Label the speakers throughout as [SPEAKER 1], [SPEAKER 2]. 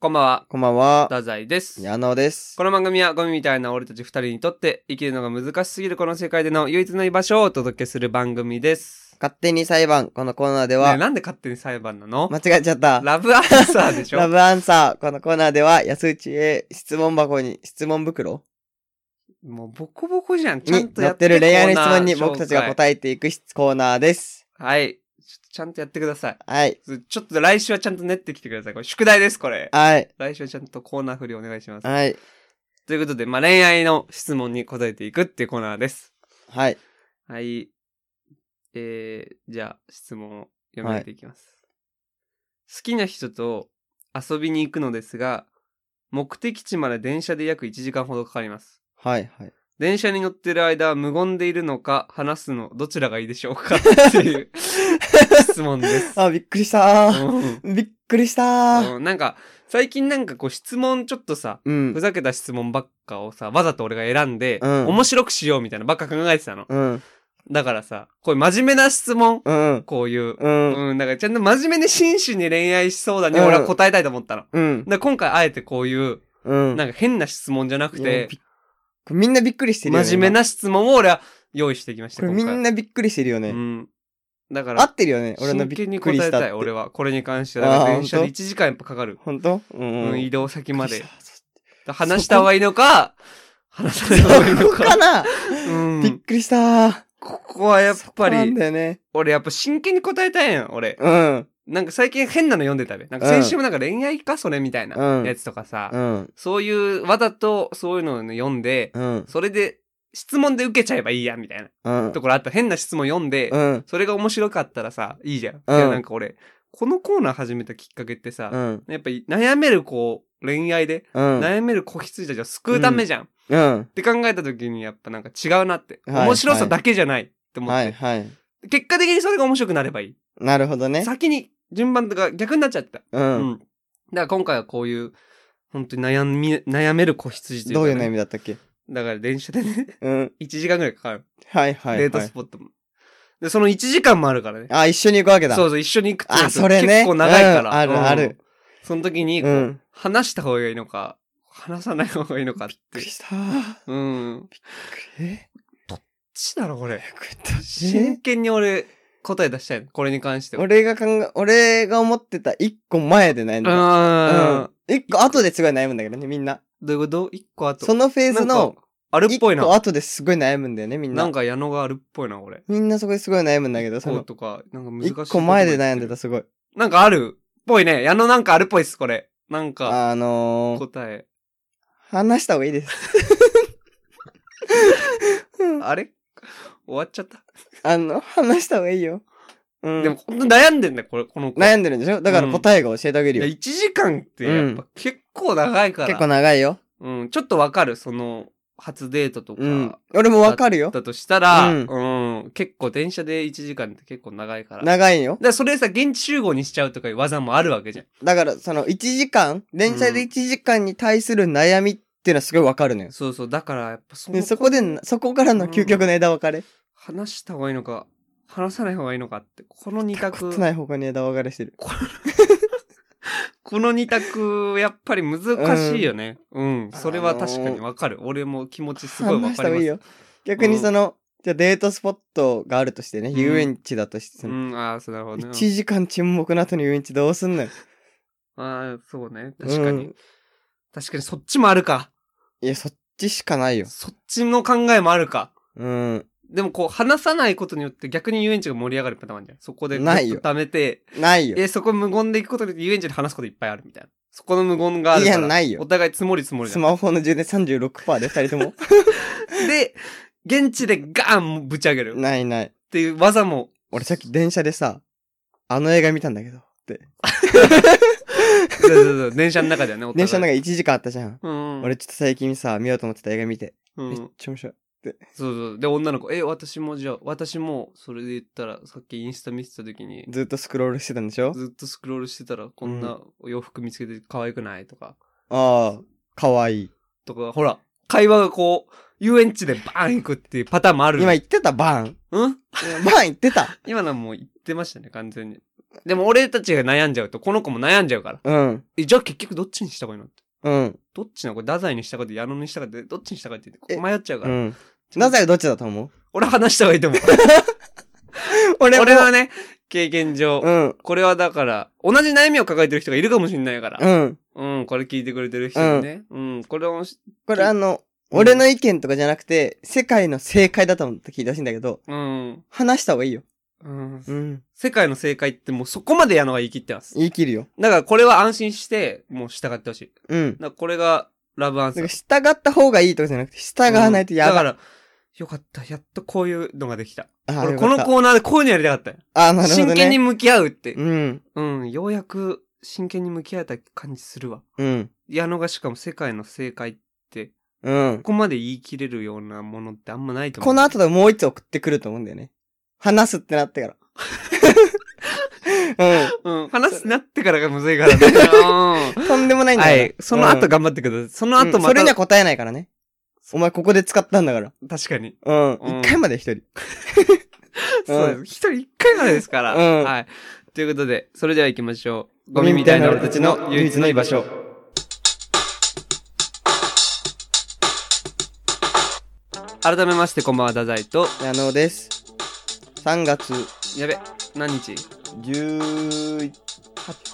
[SPEAKER 1] こんばんは、
[SPEAKER 2] こんばんは。
[SPEAKER 1] 太宰です。
[SPEAKER 2] 矢野です。
[SPEAKER 1] この番組はゴミみたいな俺たち二人にとって生きるのが難しすぎるこの世界での唯一の居場所をお届けする番組です。
[SPEAKER 2] 勝手に裁判。このコーナーで
[SPEAKER 1] ねえ
[SPEAKER 2] は、
[SPEAKER 1] なんで勝手に裁判なの
[SPEAKER 2] 間違えちゃった。
[SPEAKER 1] ラ ブアンサーでしょ
[SPEAKER 2] ラブアンサー。このコーナーでは、安内へ質問箱に、質問袋
[SPEAKER 1] もうボコボコじゃん。ちゃ
[SPEAKER 2] に
[SPEAKER 1] んと
[SPEAKER 2] 載
[SPEAKER 1] や
[SPEAKER 2] ってる恋愛の
[SPEAKER 1] コ
[SPEAKER 2] 質
[SPEAKER 1] ーナー
[SPEAKER 2] 問に僕たちが
[SPEAKER 1] 紹
[SPEAKER 2] 答えていくしコーナーです。
[SPEAKER 1] 介はい。ちょっとちゃんとやってください。
[SPEAKER 2] はい。
[SPEAKER 1] ちょっと来週はちゃんと練ってきてください。これ宿題です、これ。
[SPEAKER 2] はい。
[SPEAKER 1] 来週はちゃんとコーナー振りお願いします。
[SPEAKER 2] はい。
[SPEAKER 1] ということで、まあ、恋愛の質問に答えていくっていうコーナーです。
[SPEAKER 2] はい。
[SPEAKER 1] はい。えー、じゃあ質問を読み上げていきます。好きな人と遊びに行くのですが、目的地まで電車で約1時間ほどかかります。
[SPEAKER 2] はい。はい。
[SPEAKER 1] 電車に乗ってる間は無言でいるのか話すのどちらがいいでしょうかっていう 質問です。
[SPEAKER 2] あ、びっくりしたー。
[SPEAKER 1] うん
[SPEAKER 2] びっくりしたー。
[SPEAKER 1] うんなんか最近なんかこう質問ちょっとさ、
[SPEAKER 2] うん
[SPEAKER 1] ふ。ざけた質問ばっかをさ、わざと俺が選んで、
[SPEAKER 2] うん
[SPEAKER 1] 面白くしようみたいなばっか考えてたの。
[SPEAKER 2] うん。
[SPEAKER 1] だからさ、こういう真面目な質問、
[SPEAKER 2] うん。
[SPEAKER 1] こういう、
[SPEAKER 2] うん。
[SPEAKER 1] うん、だからちゃんと真面目に真摯に恋愛しそうだに俺は答えたいと思ったの。だか
[SPEAKER 2] うん。
[SPEAKER 1] ら今回あえてこういう、
[SPEAKER 2] うん。
[SPEAKER 1] なんか変な質問じゃなく
[SPEAKER 2] いや
[SPEAKER 1] て
[SPEAKER 2] びっ、みんなびっくりしてるよね。
[SPEAKER 1] 真面目な質問を俺は用意してきました、
[SPEAKER 2] 今。これ
[SPEAKER 1] 今
[SPEAKER 2] み
[SPEAKER 1] 回
[SPEAKER 2] んなびっくりしてるよね。
[SPEAKER 1] うん。だか
[SPEAKER 2] 合
[SPEAKER 1] ら、
[SPEAKER 2] ってるよね。俺の
[SPEAKER 1] 真
[SPEAKER 2] び
[SPEAKER 1] 剣
[SPEAKER 2] っ
[SPEAKER 1] に
[SPEAKER 2] く
[SPEAKER 1] 答
[SPEAKER 2] りし
[SPEAKER 1] え
[SPEAKER 2] たったて
[SPEAKER 1] い、。俺は。これに関しては、だから電車
[SPEAKER 2] あー
[SPEAKER 1] で1
[SPEAKER 2] 本
[SPEAKER 1] 時間やっぱかかる。
[SPEAKER 2] 本当うん
[SPEAKER 1] う
[SPEAKER 2] うん
[SPEAKER 1] ん、移動先ま
[SPEAKER 2] びっ
[SPEAKER 1] で
[SPEAKER 2] く。りした
[SPEAKER 1] 話した方がいいのか、話さない方がいい
[SPEAKER 2] そ
[SPEAKER 1] の
[SPEAKER 2] こか
[SPEAKER 1] か。
[SPEAKER 2] な、
[SPEAKER 1] う
[SPEAKER 2] びっ
[SPEAKER 1] ん。
[SPEAKER 2] くりした。
[SPEAKER 1] ここはやっ
[SPEAKER 2] そこ
[SPEAKER 1] ぱ
[SPEAKER 2] なん
[SPEAKER 1] り、
[SPEAKER 2] だよね。
[SPEAKER 1] 俺やっぱ真剣に答えたいやん、俺。
[SPEAKER 2] うん。
[SPEAKER 1] なんか最近変なの読んでたべ。なんか先週もなんか恋愛か、それみたいな
[SPEAKER 2] うん
[SPEAKER 1] やつとかさ。
[SPEAKER 2] うん。
[SPEAKER 1] そういう、わざとそういうのをね読んで、
[SPEAKER 2] うん。
[SPEAKER 1] それで質問で受けちゃえばいいや、みたいな
[SPEAKER 2] うん。
[SPEAKER 1] ところあった。変な質問読んで、
[SPEAKER 2] うん。
[SPEAKER 1] それが面白かったらさ、いいじゃん。
[SPEAKER 2] うん
[SPEAKER 1] いや、なんか俺、このコーナー始めたきっかけってさ、
[SPEAKER 2] うん。
[SPEAKER 1] やっぱり悩めるこう、恋愛で、
[SPEAKER 2] うん。
[SPEAKER 1] 悩める子羊たちを救うためじゃん。っ
[SPEAKER 2] うん。
[SPEAKER 1] て考えた時にやっぱなんか違うなって。
[SPEAKER 2] はい
[SPEAKER 1] 面白さだけじゃないって思って、
[SPEAKER 2] はい、はい。
[SPEAKER 1] 結果的にそれが面白くなればい
[SPEAKER 2] なるほど
[SPEAKER 1] い。
[SPEAKER 2] ね。
[SPEAKER 1] 先に順番とか逆になっちゃった。
[SPEAKER 2] う
[SPEAKER 1] うんだ
[SPEAKER 2] ん。。
[SPEAKER 1] から今回はこういう、本当に悩み、悩める子羊という
[SPEAKER 2] ど
[SPEAKER 1] か
[SPEAKER 2] う
[SPEAKER 1] ね
[SPEAKER 2] いう悩みだったっけ
[SPEAKER 1] だから電車でね、
[SPEAKER 2] うん。
[SPEAKER 1] 1時間ぐらいかかる。
[SPEAKER 2] はい、はい。
[SPEAKER 1] デートスポットも。で、その1時間もあるからね。
[SPEAKER 2] あ、一緒に行くわけだ。。
[SPEAKER 1] そううそう、一緒に行くって
[SPEAKER 2] あ、それね。
[SPEAKER 1] 結構長いから。
[SPEAKER 2] うんある、
[SPEAKER 1] うん
[SPEAKER 2] ある。。
[SPEAKER 1] その時に、
[SPEAKER 2] うん。びっ
[SPEAKER 1] 話した方がいいのか、話さない方がいいのか って。
[SPEAKER 2] くりした。
[SPEAKER 1] うん。
[SPEAKER 2] え
[SPEAKER 1] ちだろ、これ。真
[SPEAKER 2] え
[SPEAKER 1] 剣に俺、答え出したいの。これに関しては。
[SPEAKER 2] 俺が考え、俺が思ってた一個前で悩ん
[SPEAKER 1] う
[SPEAKER 2] だ。う
[SPEAKER 1] ーん
[SPEAKER 2] ん。。一個後ですごい悩むんだけどね、みんな。
[SPEAKER 1] どういうこと一個後。
[SPEAKER 2] そのフェーズ
[SPEAKER 1] なん
[SPEAKER 2] の
[SPEAKER 1] か、あるっ
[SPEAKER 2] 一
[SPEAKER 1] ぽい
[SPEAKER 2] 個
[SPEAKER 1] な。
[SPEAKER 2] 後ですごい悩むんだよね、みん
[SPEAKER 1] な
[SPEAKER 2] な。
[SPEAKER 1] んか矢野があるっぽいな、俺。
[SPEAKER 2] みんなそこですごい悩むんだけど、そ
[SPEAKER 1] こう
[SPEAKER 2] の、
[SPEAKER 1] とか、なんか難しい
[SPEAKER 2] 一
[SPEAKER 1] ことも言ってる。
[SPEAKER 2] 個前で悩んでた、すごい。
[SPEAKER 1] なんかあるっぽいね。矢野なんかあるっぽいっす、これ。なんか、
[SPEAKER 2] あのー、
[SPEAKER 1] 答え。
[SPEAKER 2] 話した方がいいです。
[SPEAKER 1] あれ終わっちゃった。
[SPEAKER 2] あの、話した方がいいよ。うん。
[SPEAKER 1] でも、ほんと悩んでんだよ、これ、この子。
[SPEAKER 2] 悩んでるんでしょだから答えが教えてあげ
[SPEAKER 1] い
[SPEAKER 2] る
[SPEAKER 1] や、
[SPEAKER 2] よ。
[SPEAKER 1] 1時間って、やっぱ結構長いから。
[SPEAKER 2] 結構長いよ。
[SPEAKER 1] うん、ちょっとわかる、その、初デートとか。
[SPEAKER 2] うん。俺もわかるよ。
[SPEAKER 1] だとしたら、う、
[SPEAKER 2] うん
[SPEAKER 1] 結構電車で1時間って結構長いから。だか
[SPEAKER 2] 長いよ。
[SPEAKER 1] らそれさ、現地集合にしちゃうとかいう技もあるわけじゃん。
[SPEAKER 2] だから、その、1時間、電車で1時間に対する悩みっていうのはすごいわかるのよ。
[SPEAKER 1] そうそう、だからやっぱその
[SPEAKER 2] で、そこで、そこからの究極の枝分かれ。
[SPEAKER 1] 話した方がいいのか、話さない方がいいのかって、この二択。
[SPEAKER 2] 少ない方向に枝分かれしてる。
[SPEAKER 1] この二択、やっぱり難しいよね。うん。それは確かにわかる。俺も気持ちすご いわかります。
[SPEAKER 2] 話した方がいいよ。逆にその、じゃあデートスポットがあるとしてね、
[SPEAKER 1] うん
[SPEAKER 2] 遊園地だとして、その
[SPEAKER 1] うん、ああ、そうなるほどね。
[SPEAKER 2] 1時間沈黙の後に遊園地どうすんの よ。
[SPEAKER 1] ああ、そうね。確かに、
[SPEAKER 2] うん
[SPEAKER 1] 確かにそっちもあるか。
[SPEAKER 2] いや、そっちしかないよ。
[SPEAKER 1] そっちの考えもあるか。
[SPEAKER 2] うん。
[SPEAKER 1] でもこう、話さないことによって逆に遊園地が盛り上がるパターンあるじゃん。そこでグ
[SPEAKER 2] ない
[SPEAKER 1] ッ
[SPEAKER 2] よ
[SPEAKER 1] と溜めて、
[SPEAKER 2] ないよ。
[SPEAKER 1] え、そこ無言で行くことによって遊園地で話すこといっぱいあるみたいな。そこの無言があるから。
[SPEAKER 2] いやないよ
[SPEAKER 1] お互い積もり積もり
[SPEAKER 2] ス
[SPEAKER 1] だ。
[SPEAKER 2] マホの充電36%で2人とも。
[SPEAKER 1] で、現地でガーンぶち上げるっ
[SPEAKER 2] ないない。
[SPEAKER 1] ていう技も。
[SPEAKER 2] 俺さっき電車でさ、あの映画見たんだけどって。
[SPEAKER 1] そうそうそう電車の中だよね、お互い
[SPEAKER 2] 電車の中1時間あったじゃん。
[SPEAKER 1] うん。
[SPEAKER 2] 俺ちょっと最近さ、見ようと思ってた映画見て。
[SPEAKER 1] う
[SPEAKER 2] めっ
[SPEAKER 1] ん。
[SPEAKER 2] ちゃ面白い。
[SPEAKER 1] そうそう。で、女の子、え、私もじゃあ、私も、それで言ったら、さっきインスタ見てた時に、
[SPEAKER 2] ずっとスクロールしてたんでしょ
[SPEAKER 1] ずっとスクロールしてたら、こんなお洋服見つけて可愛くないとか、
[SPEAKER 2] ああ、かわいい。
[SPEAKER 1] とか、ほら、会話がこう、遊園地でバーン行くっていうパターンもある。
[SPEAKER 2] 今言ってたバーン。
[SPEAKER 1] うん
[SPEAKER 2] バーン言ってた。
[SPEAKER 1] 今のはもう言ってましたね、完全に。でも俺たちが悩んじゃうと、この子も悩んじゃうから。
[SPEAKER 2] うん。
[SPEAKER 1] え、じゃあ結局どっちにした方がいいのって。
[SPEAKER 2] うん。
[SPEAKER 1] どっちなのこれ、太宰にしたかって、矢野にしたかって、どっちにしたかって言って、
[SPEAKER 2] え
[SPEAKER 1] こう迷っちゃうか
[SPEAKER 2] う
[SPEAKER 1] ら。
[SPEAKER 2] ん。なぜどっちだと思う
[SPEAKER 1] 俺話した方がいいと思う。
[SPEAKER 2] 俺
[SPEAKER 1] 俺はね、経験上。
[SPEAKER 2] うん。
[SPEAKER 1] これはだから、同じ悩みを抱えてる人がいるかもしれないから。
[SPEAKER 2] うん。
[SPEAKER 1] うん、これ聞いてくれてる人にね。うん、これをし、
[SPEAKER 2] これあの、
[SPEAKER 1] うん
[SPEAKER 2] 俺の意見とかじゃなくて、世界の正解だと思って聞いてほしいんだけど、
[SPEAKER 1] うん、
[SPEAKER 2] 話した方がいいよ。
[SPEAKER 1] うん。
[SPEAKER 2] うん。
[SPEAKER 1] 世界の正解ってもうそこまで矢野が言い切ってます。
[SPEAKER 2] 言い切るよ。
[SPEAKER 1] だからこれは安心して、もう従ってほしい。
[SPEAKER 2] うん。
[SPEAKER 1] だからこれがラブアンサ
[SPEAKER 2] なん
[SPEAKER 1] ー
[SPEAKER 2] か。従った方がいいとかじゃなくて、従わないとやばい。
[SPEAKER 1] うんだから、よかった。やっとこういうのができた。
[SPEAKER 2] あー
[SPEAKER 1] 俺
[SPEAKER 2] よ
[SPEAKER 1] こ
[SPEAKER 2] かっ
[SPEAKER 1] の
[SPEAKER 2] た
[SPEAKER 1] コーナーでこういうのやりたかったよ。
[SPEAKER 2] あー、なるほどね。
[SPEAKER 1] 真剣に向き合うって。
[SPEAKER 2] うん。
[SPEAKER 1] うん、ようやく真剣に向き合えた感じするわ。
[SPEAKER 2] うん。
[SPEAKER 1] 矢野がしかも世界の正解って、
[SPEAKER 2] うん
[SPEAKER 1] こ。こまで言い切れるようなものってあんまないと思う。
[SPEAKER 2] この後でもう一つ送ってくると思うんだよね。話すってなってから。
[SPEAKER 1] うん、話すなってからがむずいからね。う
[SPEAKER 2] うん。とんでもない
[SPEAKER 1] ん
[SPEAKER 2] んだ
[SPEAKER 1] は
[SPEAKER 2] よ。
[SPEAKER 1] い。その後頑張ってください。その
[SPEAKER 2] うん、
[SPEAKER 1] 後
[SPEAKER 2] うん
[SPEAKER 1] また、
[SPEAKER 2] それには答えないからね。お前ここで使ったんだから。
[SPEAKER 1] 確かに。う
[SPEAKER 2] う
[SPEAKER 1] ん
[SPEAKER 2] ん。一回まで一人。
[SPEAKER 1] そうです。一人一回までですから。
[SPEAKER 2] うん
[SPEAKER 1] はい。ということで、それでは行きましょう。ゴミみたいな俺たちの唯一の居場所。改めまして、こんばんは、太宰と、
[SPEAKER 2] 矢野です。3月
[SPEAKER 1] やべ、何日
[SPEAKER 2] 10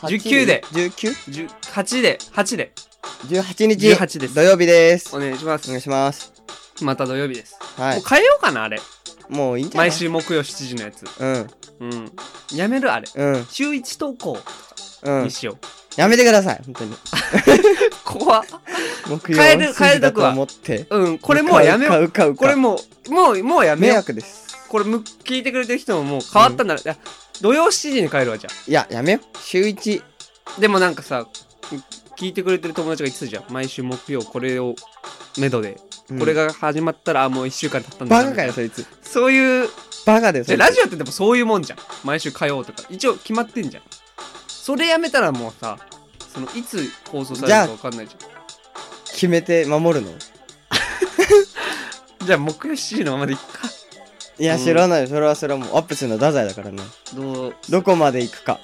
[SPEAKER 1] 19で
[SPEAKER 2] 19?18
[SPEAKER 1] ?8 で、8で、
[SPEAKER 2] 日
[SPEAKER 1] 18です
[SPEAKER 2] 土曜日です
[SPEAKER 1] お。願いしま
[SPEAKER 2] お願い
[SPEAKER 1] す。
[SPEAKER 2] します。
[SPEAKER 1] また土曜日です。
[SPEAKER 2] は
[SPEAKER 1] も。
[SPEAKER 2] いう
[SPEAKER 1] 変えようかな、あれ。
[SPEAKER 2] もういいんじゃない
[SPEAKER 1] 毎。週木曜7時のやつ。
[SPEAKER 2] う
[SPEAKER 1] う
[SPEAKER 2] ん。
[SPEAKER 1] ん。やめる、あれ。
[SPEAKER 2] うん。
[SPEAKER 1] 週一投稿
[SPEAKER 2] うん
[SPEAKER 1] に。しよう。
[SPEAKER 2] やめてください。本当に。
[SPEAKER 1] 怖っ
[SPEAKER 2] 木曜
[SPEAKER 1] 変える
[SPEAKER 2] の筋
[SPEAKER 1] 変えた
[SPEAKER 2] だ
[SPEAKER 1] く
[SPEAKER 2] と
[SPEAKER 1] は
[SPEAKER 2] 思って。
[SPEAKER 1] うん、これもうやめよう。
[SPEAKER 2] うかうかうかうか
[SPEAKER 1] これもう、もう、もうやめ
[SPEAKER 2] 迷
[SPEAKER 1] よう。
[SPEAKER 2] 惑です。
[SPEAKER 1] これむ、聞いてくれてる人ももう変わったんだら、いや土曜7時に帰るわ、じゃ
[SPEAKER 2] いや、やめよ。週一。
[SPEAKER 1] あでもなんかさ、聞いてくれてる友達が言ってたじゃん。毎週木曜これを、めどで、
[SPEAKER 2] うん
[SPEAKER 1] これ。が始まったら、あもう1週間経ったんだ
[SPEAKER 2] バ
[SPEAKER 1] な
[SPEAKER 2] カかよ、
[SPEAKER 1] みたい
[SPEAKER 2] そいつ。
[SPEAKER 1] なそういう、
[SPEAKER 2] バカだよ、
[SPEAKER 1] じ
[SPEAKER 2] そ
[SPEAKER 1] ゃ
[SPEAKER 2] い
[SPEAKER 1] あ
[SPEAKER 2] つ。
[SPEAKER 1] ラジオってでもそういうもんじゃん。毎週火曜とか。一応決まってんじゃん。それやめたらもうさ、その、いつ放送されるかわかんないじゃん。
[SPEAKER 2] 決めて守るの
[SPEAKER 1] じゃあ木曜7時のままでいっか。
[SPEAKER 2] いや、
[SPEAKER 1] うん
[SPEAKER 2] 知らないよ。それはそれはもうアップするのは太宰だからね。
[SPEAKER 1] どう
[SPEAKER 2] どこまで行くか。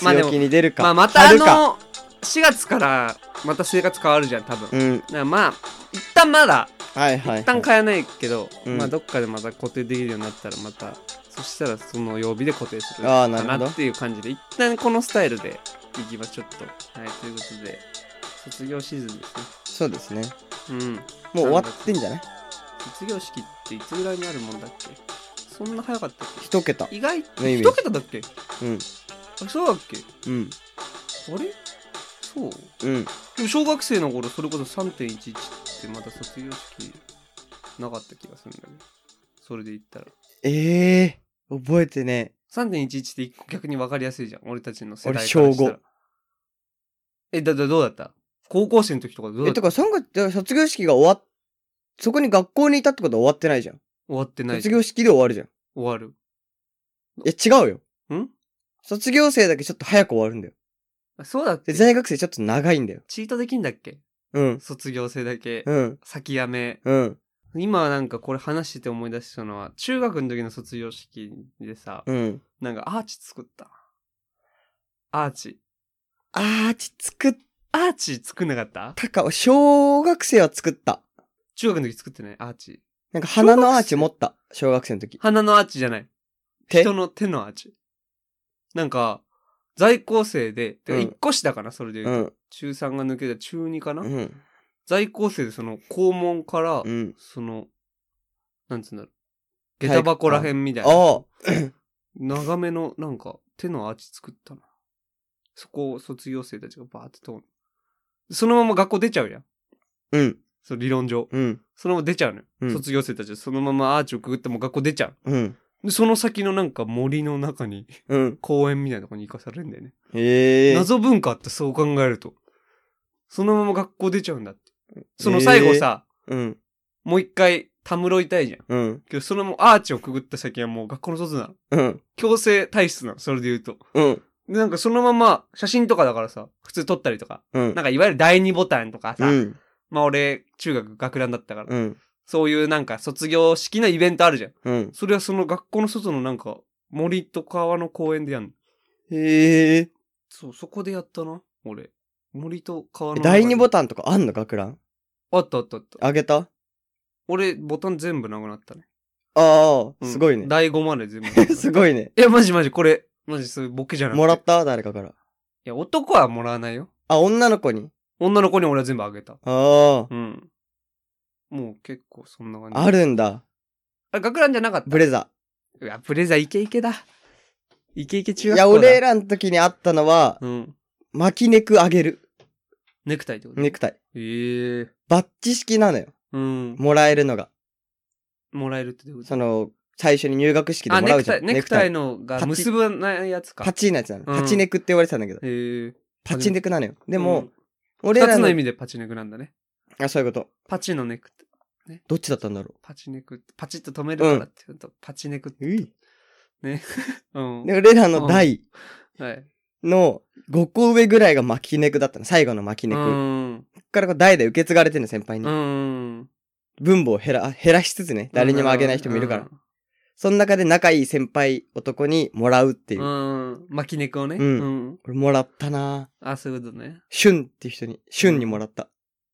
[SPEAKER 1] まあでも
[SPEAKER 2] 強気に出るか。
[SPEAKER 1] まあまたあ
[SPEAKER 2] 張るか
[SPEAKER 1] の、4月からまた生活変わるじゃん、多分。だか
[SPEAKER 2] うん。
[SPEAKER 1] らまあ、一旦まだ、
[SPEAKER 2] はいはい。
[SPEAKER 1] 一旦変えないけど、
[SPEAKER 2] うん
[SPEAKER 1] まあどっかでまた固定できるようになったらまた、そしたらその曜日で固定するか
[SPEAKER 2] あーなるほど
[SPEAKER 1] なっていう感じで、一旦このスタイルでいきましょう、ちょっと。はい、ということで、卒業シーズンです
[SPEAKER 2] そうですね。
[SPEAKER 1] ね。うん。
[SPEAKER 2] もう終わってんじゃない
[SPEAKER 1] 卒業式っていつぐらいにあるもんだっけそんな早かったっ
[SPEAKER 2] 一桁
[SPEAKER 1] け。意外、
[SPEAKER 2] メイメイ
[SPEAKER 1] 一桁だっけ
[SPEAKER 2] うん。
[SPEAKER 1] あ、そうだっけ
[SPEAKER 2] うん。
[SPEAKER 1] あれそう
[SPEAKER 2] うん。
[SPEAKER 1] でも小学生の頃それこそ3.11ってまだ卒業式なかった気がするんだよねそれで言ったら
[SPEAKER 2] ええー。覚えてね。
[SPEAKER 1] 3.11って一個逆に分かりやすいじゃん俺たちの世代から
[SPEAKER 2] 俺
[SPEAKER 1] したら
[SPEAKER 2] 小五
[SPEAKER 1] えだだどうだった高校生の時とかどうだ
[SPEAKER 2] え、
[SPEAKER 1] ってた
[SPEAKER 2] か3月、だから卒業式が終わっ、そこに学校にいたってことは終わってないじゃん。
[SPEAKER 1] 終わってない
[SPEAKER 2] 卒業式で終わるじゃん。
[SPEAKER 1] 終わる
[SPEAKER 2] え、違うよ。
[SPEAKER 1] ん
[SPEAKER 2] 卒業生だけちょっと早く終わるんだよ。
[SPEAKER 1] あそうだっ
[SPEAKER 2] で、
[SPEAKER 1] け
[SPEAKER 2] 在学生ちょっと長いんだよ。
[SPEAKER 1] チートできんだっけ
[SPEAKER 2] うん。
[SPEAKER 1] 卒業生だけ
[SPEAKER 2] うん。
[SPEAKER 1] 先やめ
[SPEAKER 2] うん。
[SPEAKER 1] 今なんかこれ話してて思い出したのは中学の時の卒業式でさ
[SPEAKER 2] うん。
[SPEAKER 1] なんかアーチ作ったアーチ
[SPEAKER 2] あーち作っ
[SPEAKER 1] アーチ作んなかった
[SPEAKER 2] たか。小学生は作った。
[SPEAKER 1] 中学の時作ってないアーチ。
[SPEAKER 2] なんか鼻のアーチ持った。小学生の時。
[SPEAKER 1] 鼻のアーチじゃない。
[SPEAKER 2] 手
[SPEAKER 1] 人の手のアーチ。なんか、在校生で、てか
[SPEAKER 2] うん
[SPEAKER 1] 一個下かな、それで言
[SPEAKER 2] う
[SPEAKER 1] うと。
[SPEAKER 2] ん。
[SPEAKER 1] 中3が抜けた中2かな、
[SPEAKER 2] うん。
[SPEAKER 1] 在校生でその校門から、
[SPEAKER 2] うん。
[SPEAKER 1] その、なんつうんだろう。下駄箱らへんみたい
[SPEAKER 2] あ
[SPEAKER 1] な。
[SPEAKER 2] あ。
[SPEAKER 1] 長めの、なんか、手のアーチ作ったな。そこを卒業生たちがバーって通る。そのまま学校出ちゃうやん。
[SPEAKER 2] うん。
[SPEAKER 1] その理論上。
[SPEAKER 2] うん。
[SPEAKER 1] そのまま出ちゃうのよ。
[SPEAKER 2] うん
[SPEAKER 1] 卒業生たちはそのままアーチをくぐっても学校出ちゃう。
[SPEAKER 2] うん。
[SPEAKER 1] で、その先のなんか森の中に、
[SPEAKER 2] うん。
[SPEAKER 1] 公園みたいなとこに行かされるんだよね。
[SPEAKER 2] ええ。
[SPEAKER 1] 謎文化ってそう考えると。そのまま学校出ちゃうんだって。その最後さ、
[SPEAKER 2] うん。
[SPEAKER 1] もう一回たむろいたいじゃん。
[SPEAKER 2] うん。
[SPEAKER 1] けど、そのもうアーチをくぐった先はもう学校の卒なの。
[SPEAKER 2] うん。
[SPEAKER 1] 強制体質なの、それで言うと。
[SPEAKER 2] うん。
[SPEAKER 1] で、なんかそのまま、写真とかだからさ、普通撮ったりとか。
[SPEAKER 2] うん。
[SPEAKER 1] なんかいわゆる第二ボタンとかさ、
[SPEAKER 2] うん。
[SPEAKER 1] まあ俺、中学学ランだったから、
[SPEAKER 2] うん。
[SPEAKER 1] そういうなんか卒業式のイベントあるじゃん。
[SPEAKER 2] うん。
[SPEAKER 1] それはその学校の外のなんか、森と川の公園でやんの。
[SPEAKER 2] へえ。
[SPEAKER 1] そう、そこでやったな、俺。森と川の。
[SPEAKER 2] 第2ボタンとかあんの学ラン
[SPEAKER 1] あったあったあった。
[SPEAKER 2] あげたあ
[SPEAKER 1] 俺、ボタン全部なくなったね。
[SPEAKER 2] あ、
[SPEAKER 1] うん
[SPEAKER 2] すごいね。
[SPEAKER 1] 第5まで全部なくなった。
[SPEAKER 2] すごいね。
[SPEAKER 1] いや、マジマジ、これ、マジ、そういうボケじゃなくて。
[SPEAKER 2] もらった誰かから。
[SPEAKER 1] いや、男はもらわないよ。
[SPEAKER 2] あ、女の子に。
[SPEAKER 1] 女の子に俺は全部あげた。
[SPEAKER 2] あ
[SPEAKER 1] うん。もう結構そんな感じ。
[SPEAKER 2] あ。あるんだ。
[SPEAKER 1] あ、学ランじゃなかった。
[SPEAKER 2] ブレザ
[SPEAKER 1] うわ、ブレザーイケイケだ。イケイケ
[SPEAKER 2] ー。
[SPEAKER 1] 中
[SPEAKER 2] い
[SPEAKER 1] 学
[SPEAKER 2] や、
[SPEAKER 1] 校だ。
[SPEAKER 2] 俺らの時にあったのは、
[SPEAKER 1] うん。
[SPEAKER 2] 巻きネクあげる。
[SPEAKER 1] ネクタイってこと
[SPEAKER 2] ネクタイ。
[SPEAKER 1] ええ
[SPEAKER 2] バッチ式なのよ。
[SPEAKER 1] うん。
[SPEAKER 2] もらえるのが。
[SPEAKER 1] もらえるってどういうこと
[SPEAKER 2] その、最初に入学式で
[SPEAKER 1] あ、
[SPEAKER 2] もら
[SPEAKER 1] ネク
[SPEAKER 2] うじゃ
[SPEAKER 1] タイ、
[SPEAKER 2] ん。
[SPEAKER 1] ネクタイのが
[SPEAKER 2] パチ
[SPEAKER 1] 結ばないやつか。
[SPEAKER 2] パチーなやつなの。
[SPEAKER 1] うん
[SPEAKER 2] パチネクって言われてたんだけど。
[SPEAKER 1] えー
[SPEAKER 2] パチネクなのよ。で
[SPEAKER 1] う
[SPEAKER 2] も
[SPEAKER 1] ん、
[SPEAKER 2] 俺
[SPEAKER 1] 二
[SPEAKER 2] ら
[SPEAKER 1] つの
[SPEAKER 2] の
[SPEAKER 1] 意、味でパチネクなんだね。
[SPEAKER 2] あ、そういうこと。
[SPEAKER 1] パチのネクって、
[SPEAKER 2] どっちだったんだろ
[SPEAKER 1] パチネクって、パチッと止めるからって言うと、パチネクって
[SPEAKER 2] う。うい。
[SPEAKER 1] うん。
[SPEAKER 2] で、俺らの代
[SPEAKER 1] はい。
[SPEAKER 2] の5個上ぐらいが巻きネクだったの。最後の巻
[SPEAKER 1] う
[SPEAKER 2] きネク。こ
[SPEAKER 1] ん。
[SPEAKER 2] っからこう代で受け継がれてんの、先輩
[SPEAKER 1] う
[SPEAKER 2] に。
[SPEAKER 1] ん。
[SPEAKER 2] 分母を減ら、減らしつつね。誰にもあげない人もいるから。その中で仲いい先輩男にもらうっていうう。
[SPEAKER 1] ん。うん。巻き猫をね。
[SPEAKER 2] うん
[SPEAKER 1] うん。
[SPEAKER 2] これもらったなぁ
[SPEAKER 1] あ、そういうことね。
[SPEAKER 2] シュンっていう人に、シュンにもらった。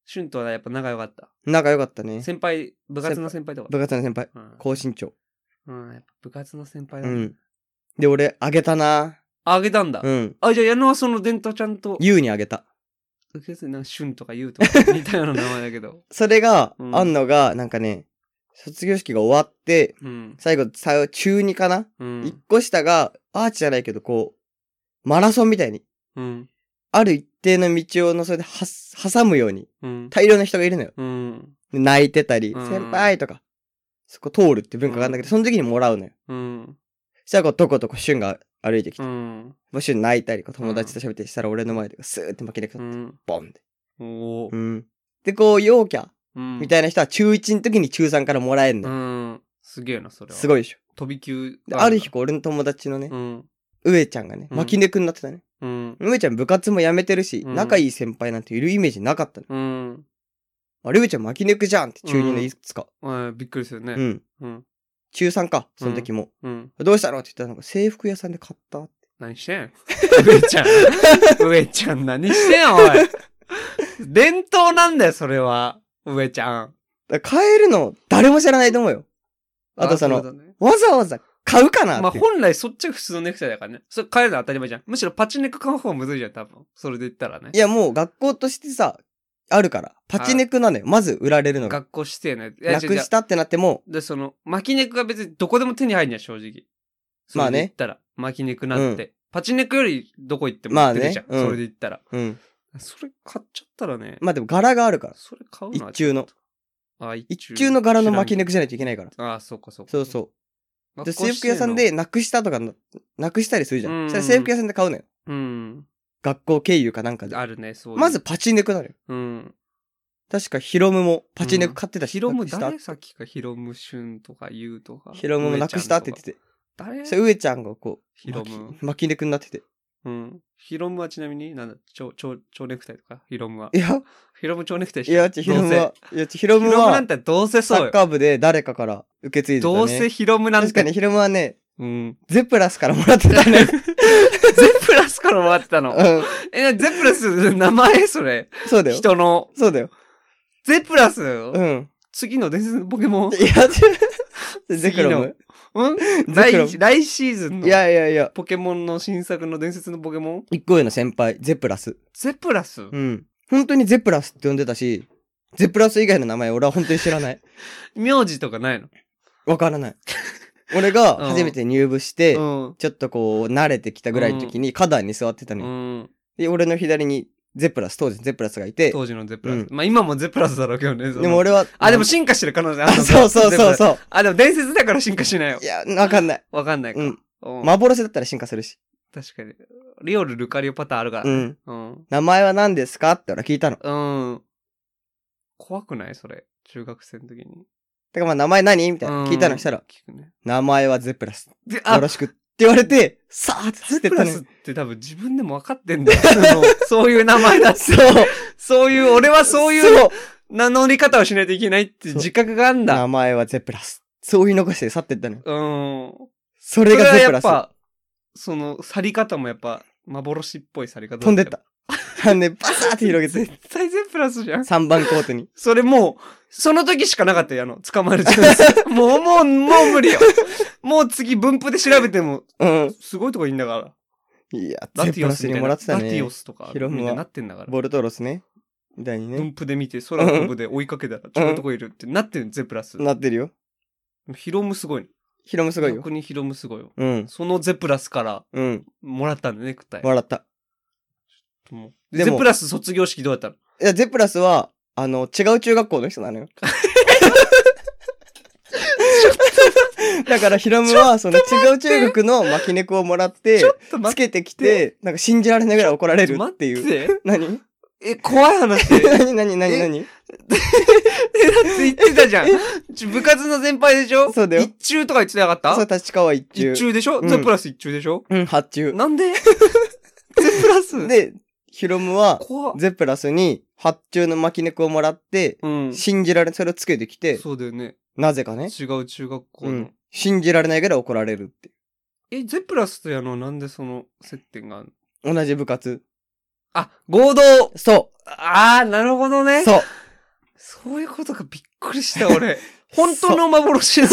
[SPEAKER 1] シュンとはやっぱ仲良かった。
[SPEAKER 2] 仲良かったね。
[SPEAKER 1] 先輩、部活の先輩とか。
[SPEAKER 2] 部活の先輩。
[SPEAKER 1] うん
[SPEAKER 2] 高身長。
[SPEAKER 1] うん。やっぱ部活の先輩
[SPEAKER 2] う
[SPEAKER 1] だね。
[SPEAKER 2] ん。で、俺、あげたな
[SPEAKER 1] ああげたんだ
[SPEAKER 2] ぁ。う。ん。
[SPEAKER 1] あ、じゃあ矢野はその伝統ちゃんと、
[SPEAKER 2] ユウにあげた。
[SPEAKER 1] 受け継いなんかシュンとか言うとか、 似たような名前だけど。
[SPEAKER 2] それが、
[SPEAKER 1] うん
[SPEAKER 2] あんのが、なんかね、卒業式が終わって、
[SPEAKER 1] うん。
[SPEAKER 2] 最後、さ中2かな、
[SPEAKER 1] う
[SPEAKER 2] 一
[SPEAKER 1] ん。
[SPEAKER 2] 個下が、アーチじゃないけど、こう、マラソンみたいに、
[SPEAKER 1] うん。
[SPEAKER 2] ある一定の道をのそれではす挟むように、
[SPEAKER 1] うん。
[SPEAKER 2] 大量の人がいるのよ。
[SPEAKER 1] うん。
[SPEAKER 2] で泣いてたり、
[SPEAKER 1] うん
[SPEAKER 2] 先輩とか、そこ通るって文化があるんだけど、その時にもらうのよ。
[SPEAKER 1] うん。
[SPEAKER 2] そしたら、こう、とことこ、シュンが歩いてきて、
[SPEAKER 1] う
[SPEAKER 2] も
[SPEAKER 1] ん。
[SPEAKER 2] うシュン泣いたり、こう友達と喋ってしたら、俺の前で、スーって負けなく
[SPEAKER 1] う
[SPEAKER 2] なって、
[SPEAKER 1] ん。
[SPEAKER 2] ボンって。
[SPEAKER 1] お
[SPEAKER 2] う
[SPEAKER 1] ー
[SPEAKER 2] ん。で、こう、陽キャ
[SPEAKER 1] うん。
[SPEAKER 2] みたいな人は、中1の時に中3からもらえるの
[SPEAKER 1] う
[SPEAKER 2] よ。
[SPEAKER 1] ん。すげえな、それは。
[SPEAKER 2] す
[SPEAKER 1] い。
[SPEAKER 2] ごいでしょ。
[SPEAKER 1] 飛び級。
[SPEAKER 2] で、ある日、こう俺の友達のね
[SPEAKER 1] う、ん。
[SPEAKER 2] 上ちゃんがね、
[SPEAKER 1] うん
[SPEAKER 2] 巻きネクになってたね。
[SPEAKER 1] うん。
[SPEAKER 2] 上ちゃん部活も辞めてるし、
[SPEAKER 1] うん
[SPEAKER 2] 仲いい先輩なんているイメージなかったの。
[SPEAKER 1] うん。
[SPEAKER 2] あ、上ちゃん巻きネクじゃんって中2
[SPEAKER 1] う
[SPEAKER 2] の
[SPEAKER 1] ん
[SPEAKER 2] いつか。
[SPEAKER 1] あびっくりする
[SPEAKER 2] う
[SPEAKER 1] ね。
[SPEAKER 2] ん。
[SPEAKER 1] うん。
[SPEAKER 2] 中3か、その時も。
[SPEAKER 1] うん。
[SPEAKER 2] どうしたのって言ったら、なんか制服屋さんで買ったって。
[SPEAKER 1] 何してん 上ちゃん。上ちゃん何してんおい。伝統なんだよ、それは。上ちゃん。
[SPEAKER 2] だから買えるの誰も知らないと思うよ。あと
[SPEAKER 1] そ
[SPEAKER 2] そ
[SPEAKER 1] う
[SPEAKER 2] の、
[SPEAKER 1] だね
[SPEAKER 2] わざわざ買うかな
[SPEAKER 1] まあ
[SPEAKER 2] って。
[SPEAKER 1] 本来そっちが普通のネクタイだからね。それ変えるの当たり前じゃん。むしろパチネク買う方がむずいじゃん、多分。それで言ったらね
[SPEAKER 2] い。や、もう学校としてさ、あるから。パチネクなのよ。まず売られるのが。
[SPEAKER 1] 学校指定のやつ。いや
[SPEAKER 2] なくしたってなっても、
[SPEAKER 1] で、その、巻き肉が別にどこでも手に入んじゃん、正直。
[SPEAKER 2] ま
[SPEAKER 1] それ
[SPEAKER 2] あね
[SPEAKER 1] で言ったら、巻き肉なんて。パチネクよりどこ行っても売
[SPEAKER 2] まあ
[SPEAKER 1] っ
[SPEAKER 2] ね
[SPEAKER 1] てるじゃん。
[SPEAKER 2] うん
[SPEAKER 1] それで言ったら。
[SPEAKER 2] うん。
[SPEAKER 1] それ買っちゃったらね。
[SPEAKER 2] まあでも柄があるから。
[SPEAKER 1] それ買うのは
[SPEAKER 2] 一中の
[SPEAKER 1] ちょっと。あ、一
[SPEAKER 2] 一級の柄の巻きネ
[SPEAKER 1] ク。
[SPEAKER 2] クじゃないといけないから。
[SPEAKER 1] ああ、そうかそうか。
[SPEAKER 2] そうそう。
[SPEAKER 1] 学校指定
[SPEAKER 2] で、制
[SPEAKER 1] の
[SPEAKER 2] 服屋さん。でなくしたとかな、なくしたりするじゃ
[SPEAKER 1] うんうん
[SPEAKER 2] ん。それ制服屋さんで買うのよ。
[SPEAKER 1] うん。
[SPEAKER 2] 学校経由かなんかで。
[SPEAKER 1] あるね、そういう。
[SPEAKER 2] まず、パチネクなのよ。
[SPEAKER 1] うん。
[SPEAKER 2] 確かヒロムもパチネク買ってたし。
[SPEAKER 1] ヒロム
[SPEAKER 2] なくした
[SPEAKER 1] 誰さっきかヒロムシュンとかユウとか。
[SPEAKER 2] ヒロムもなくしたって言って
[SPEAKER 1] て。
[SPEAKER 2] て。
[SPEAKER 1] 誰
[SPEAKER 2] それ上ちゃんがこう、
[SPEAKER 1] ヒロム
[SPEAKER 2] 巻き巻きネクになってて。。
[SPEAKER 1] うん。ヒロムはちなみに、なんだ、蝶、蝶、蝶ネクタイとかヒロムはい
[SPEAKER 2] や、
[SPEAKER 1] ヒロム蝶ネクタイし
[SPEAKER 2] いや、ちょヒロム
[SPEAKER 1] どうせ
[SPEAKER 2] は、いや、ちょヒロム
[SPEAKER 1] ヒロムな
[SPEAKER 2] は
[SPEAKER 1] ん、てどうせ
[SPEAKER 2] サ
[SPEAKER 1] そう
[SPEAKER 2] ッ
[SPEAKER 1] よ。
[SPEAKER 2] カー部で誰かから受け継いでたね。
[SPEAKER 1] どうせヒロムなん
[SPEAKER 2] 確か
[SPEAKER 1] て。
[SPEAKER 2] にヒロムはね、
[SPEAKER 1] うん。
[SPEAKER 2] ゼプラスからもらってたね。
[SPEAKER 1] ゼプラスからもらってたの。
[SPEAKER 2] うん。
[SPEAKER 1] え、ゼプラス、名前それ。
[SPEAKER 2] そうだよ。
[SPEAKER 1] 人の。
[SPEAKER 2] そうだよ。
[SPEAKER 1] ゼプラス、
[SPEAKER 2] うん。
[SPEAKER 1] 次の伝説のポケモン
[SPEAKER 2] い。や、ちょゼクロム。
[SPEAKER 1] うん
[SPEAKER 2] ゼクロム
[SPEAKER 1] 来来シーズン
[SPEAKER 2] い
[SPEAKER 1] の
[SPEAKER 2] やいやいや。
[SPEAKER 1] ポケモンの新作の伝説のポケモン
[SPEAKER 2] 一個上の先輩、ゼプラス。
[SPEAKER 1] ゼプラス
[SPEAKER 2] うん。本当にゼプラスって呼んでたし、ゼプラス以外の名前俺は本当に知ら ない。
[SPEAKER 1] 名字とかないの
[SPEAKER 2] わからない。俺が初めて入部して、
[SPEAKER 1] う
[SPEAKER 2] ちょっとこう慣れてきたぐらいの時に花壇に座ってた
[SPEAKER 1] ん。
[SPEAKER 2] のよ。
[SPEAKER 1] うん。
[SPEAKER 2] で、俺の左にゼプラス、当時のゼプラスがいて、
[SPEAKER 1] 当時のゼプラス。
[SPEAKER 2] うん
[SPEAKER 1] まあ今もゼプラスだろうけどね。その
[SPEAKER 2] でも俺は、
[SPEAKER 1] あ、でも進化してる可能性あ
[SPEAKER 2] あ、
[SPEAKER 1] るのか
[SPEAKER 2] そうそう
[SPEAKER 1] ゼプ
[SPEAKER 2] そ
[SPEAKER 1] ラ
[SPEAKER 2] う
[SPEAKER 1] ス
[SPEAKER 2] そ
[SPEAKER 1] あ、でも伝説だから進化しないよ
[SPEAKER 2] う。い。や、わかんない。
[SPEAKER 1] わかんないか。
[SPEAKER 2] うん。
[SPEAKER 1] うん
[SPEAKER 2] 幻だったら進化するし。
[SPEAKER 1] 確かに。リオル、ルカリオパターンあるから
[SPEAKER 2] う
[SPEAKER 1] ね。
[SPEAKER 2] ん。
[SPEAKER 1] うん。
[SPEAKER 2] 名前は何ですかって俺は聞いたの。だか
[SPEAKER 1] うん。怖くないそれ。中学生の時に。
[SPEAKER 2] らまあ名前何みたいな。聞いた
[SPEAKER 1] う
[SPEAKER 2] の
[SPEAKER 1] ん
[SPEAKER 2] したら、。
[SPEAKER 1] 聞くね。
[SPEAKER 2] 名前はゼプラス。
[SPEAKER 1] で、
[SPEAKER 2] よ
[SPEAKER 1] あ、
[SPEAKER 2] ろしくって言われて、さあって捨
[SPEAKER 1] ゼ
[SPEAKER 2] て
[SPEAKER 1] プ
[SPEAKER 2] た
[SPEAKER 1] ラ
[SPEAKER 2] の
[SPEAKER 1] スっ
[SPEAKER 2] よ。
[SPEAKER 1] て多分自分でも分かってんだよ。その そういう名前だ。
[SPEAKER 2] そう。
[SPEAKER 1] そういう、俺はそういう
[SPEAKER 2] そう
[SPEAKER 1] 名乗り方をしないといけないって自覚があんだ。
[SPEAKER 2] 名前はゼプラス。そう言い残して去ってったのよ。
[SPEAKER 1] うん。
[SPEAKER 2] そ
[SPEAKER 1] そ
[SPEAKER 2] れ
[SPEAKER 1] れ
[SPEAKER 2] が
[SPEAKER 1] は
[SPEAKER 2] ゼプ
[SPEAKER 1] や
[SPEAKER 2] ラ
[SPEAKER 1] っ
[SPEAKER 2] ス。
[SPEAKER 1] ぱ、その、去り方もやっぱ、幻っぽい去り方だ
[SPEAKER 2] 飛んでっ。た。なんで、バサーって広げて、
[SPEAKER 1] 絶対全プラスじゃん。
[SPEAKER 2] 3番コートに。
[SPEAKER 1] それもう、その時しかなかったよ、あの、捕まるチャンス。もう、もう、もう無理よ。もう次、分布で調べても、
[SPEAKER 2] うん。
[SPEAKER 1] すごいとこいんだから。
[SPEAKER 2] いや、
[SPEAKER 1] ラ
[SPEAKER 2] ゼ
[SPEAKER 1] テ
[SPEAKER 2] プ
[SPEAKER 1] ィオ
[SPEAKER 2] ラ
[SPEAKER 1] ス
[SPEAKER 2] ス
[SPEAKER 1] み
[SPEAKER 2] に
[SPEAKER 1] たい
[SPEAKER 2] も
[SPEAKER 1] な。ラ
[SPEAKER 2] らって
[SPEAKER 1] テ
[SPEAKER 2] たね
[SPEAKER 1] ィオ。スとか、
[SPEAKER 2] ヒ
[SPEAKER 1] み
[SPEAKER 2] ロムは
[SPEAKER 1] んななってんだから。
[SPEAKER 2] ボルトロスね。みたいにね。
[SPEAKER 1] 分布で見て、空飛ぶで追いかけたら、ちょうどこいるってなってるゼプラス。
[SPEAKER 2] なってるよ。
[SPEAKER 1] ヒロムすごいね。
[SPEAKER 2] ヒロムすごいよ
[SPEAKER 1] 逆。にヒロムすごいよ。
[SPEAKER 2] うん。
[SPEAKER 1] そのゼプラスから
[SPEAKER 2] うん。
[SPEAKER 1] もらったんだね、クタイ。
[SPEAKER 2] 笑った。
[SPEAKER 1] もう
[SPEAKER 2] で
[SPEAKER 1] ゼ
[SPEAKER 2] も
[SPEAKER 1] プラス卒業式どうやったの
[SPEAKER 2] いや、ゼプラスは、あの、違う中学校の人 なのよ。だから、ヒロムは、その違う中学の巻き猫をもらって、
[SPEAKER 1] ちょっと
[SPEAKER 2] つ
[SPEAKER 1] 待
[SPEAKER 2] けてきて、なんか信じられないぐらい怒られるってい
[SPEAKER 1] っ
[SPEAKER 2] う。
[SPEAKER 1] て。
[SPEAKER 2] 何
[SPEAKER 1] え、怖い話で。え、だっ
[SPEAKER 2] 何何何何
[SPEAKER 1] て言ってたじゃん。ち部活の先輩でしょ
[SPEAKER 2] そうだよ
[SPEAKER 1] 一中とか言ってなかった
[SPEAKER 2] そう、立川一中。
[SPEAKER 1] 一中でしょ、
[SPEAKER 2] うん
[SPEAKER 1] ゼプラス一中でしょ
[SPEAKER 2] うん、発注。
[SPEAKER 1] なん でゼプラス、
[SPEAKER 2] で、ヒロムは、
[SPEAKER 1] 怖っ
[SPEAKER 2] ゼプラスに発注の巻き猫をもらって、
[SPEAKER 1] うん。
[SPEAKER 2] 信じられ、それをつけてきて、
[SPEAKER 1] そうだよね。
[SPEAKER 2] なぜかね、
[SPEAKER 1] 違う中学校の。
[SPEAKER 2] うん、信じられないぐらい怒られるってい
[SPEAKER 1] え、ゼプラスと矢野なんでその接点があるの
[SPEAKER 2] う。同じ部活。
[SPEAKER 1] あ、合同
[SPEAKER 2] そ
[SPEAKER 1] ああ、なるほど
[SPEAKER 2] う、
[SPEAKER 1] ね。
[SPEAKER 2] そう。
[SPEAKER 1] そういうことか、びっくりした、 俺。本当の幻の。
[SPEAKER 2] 違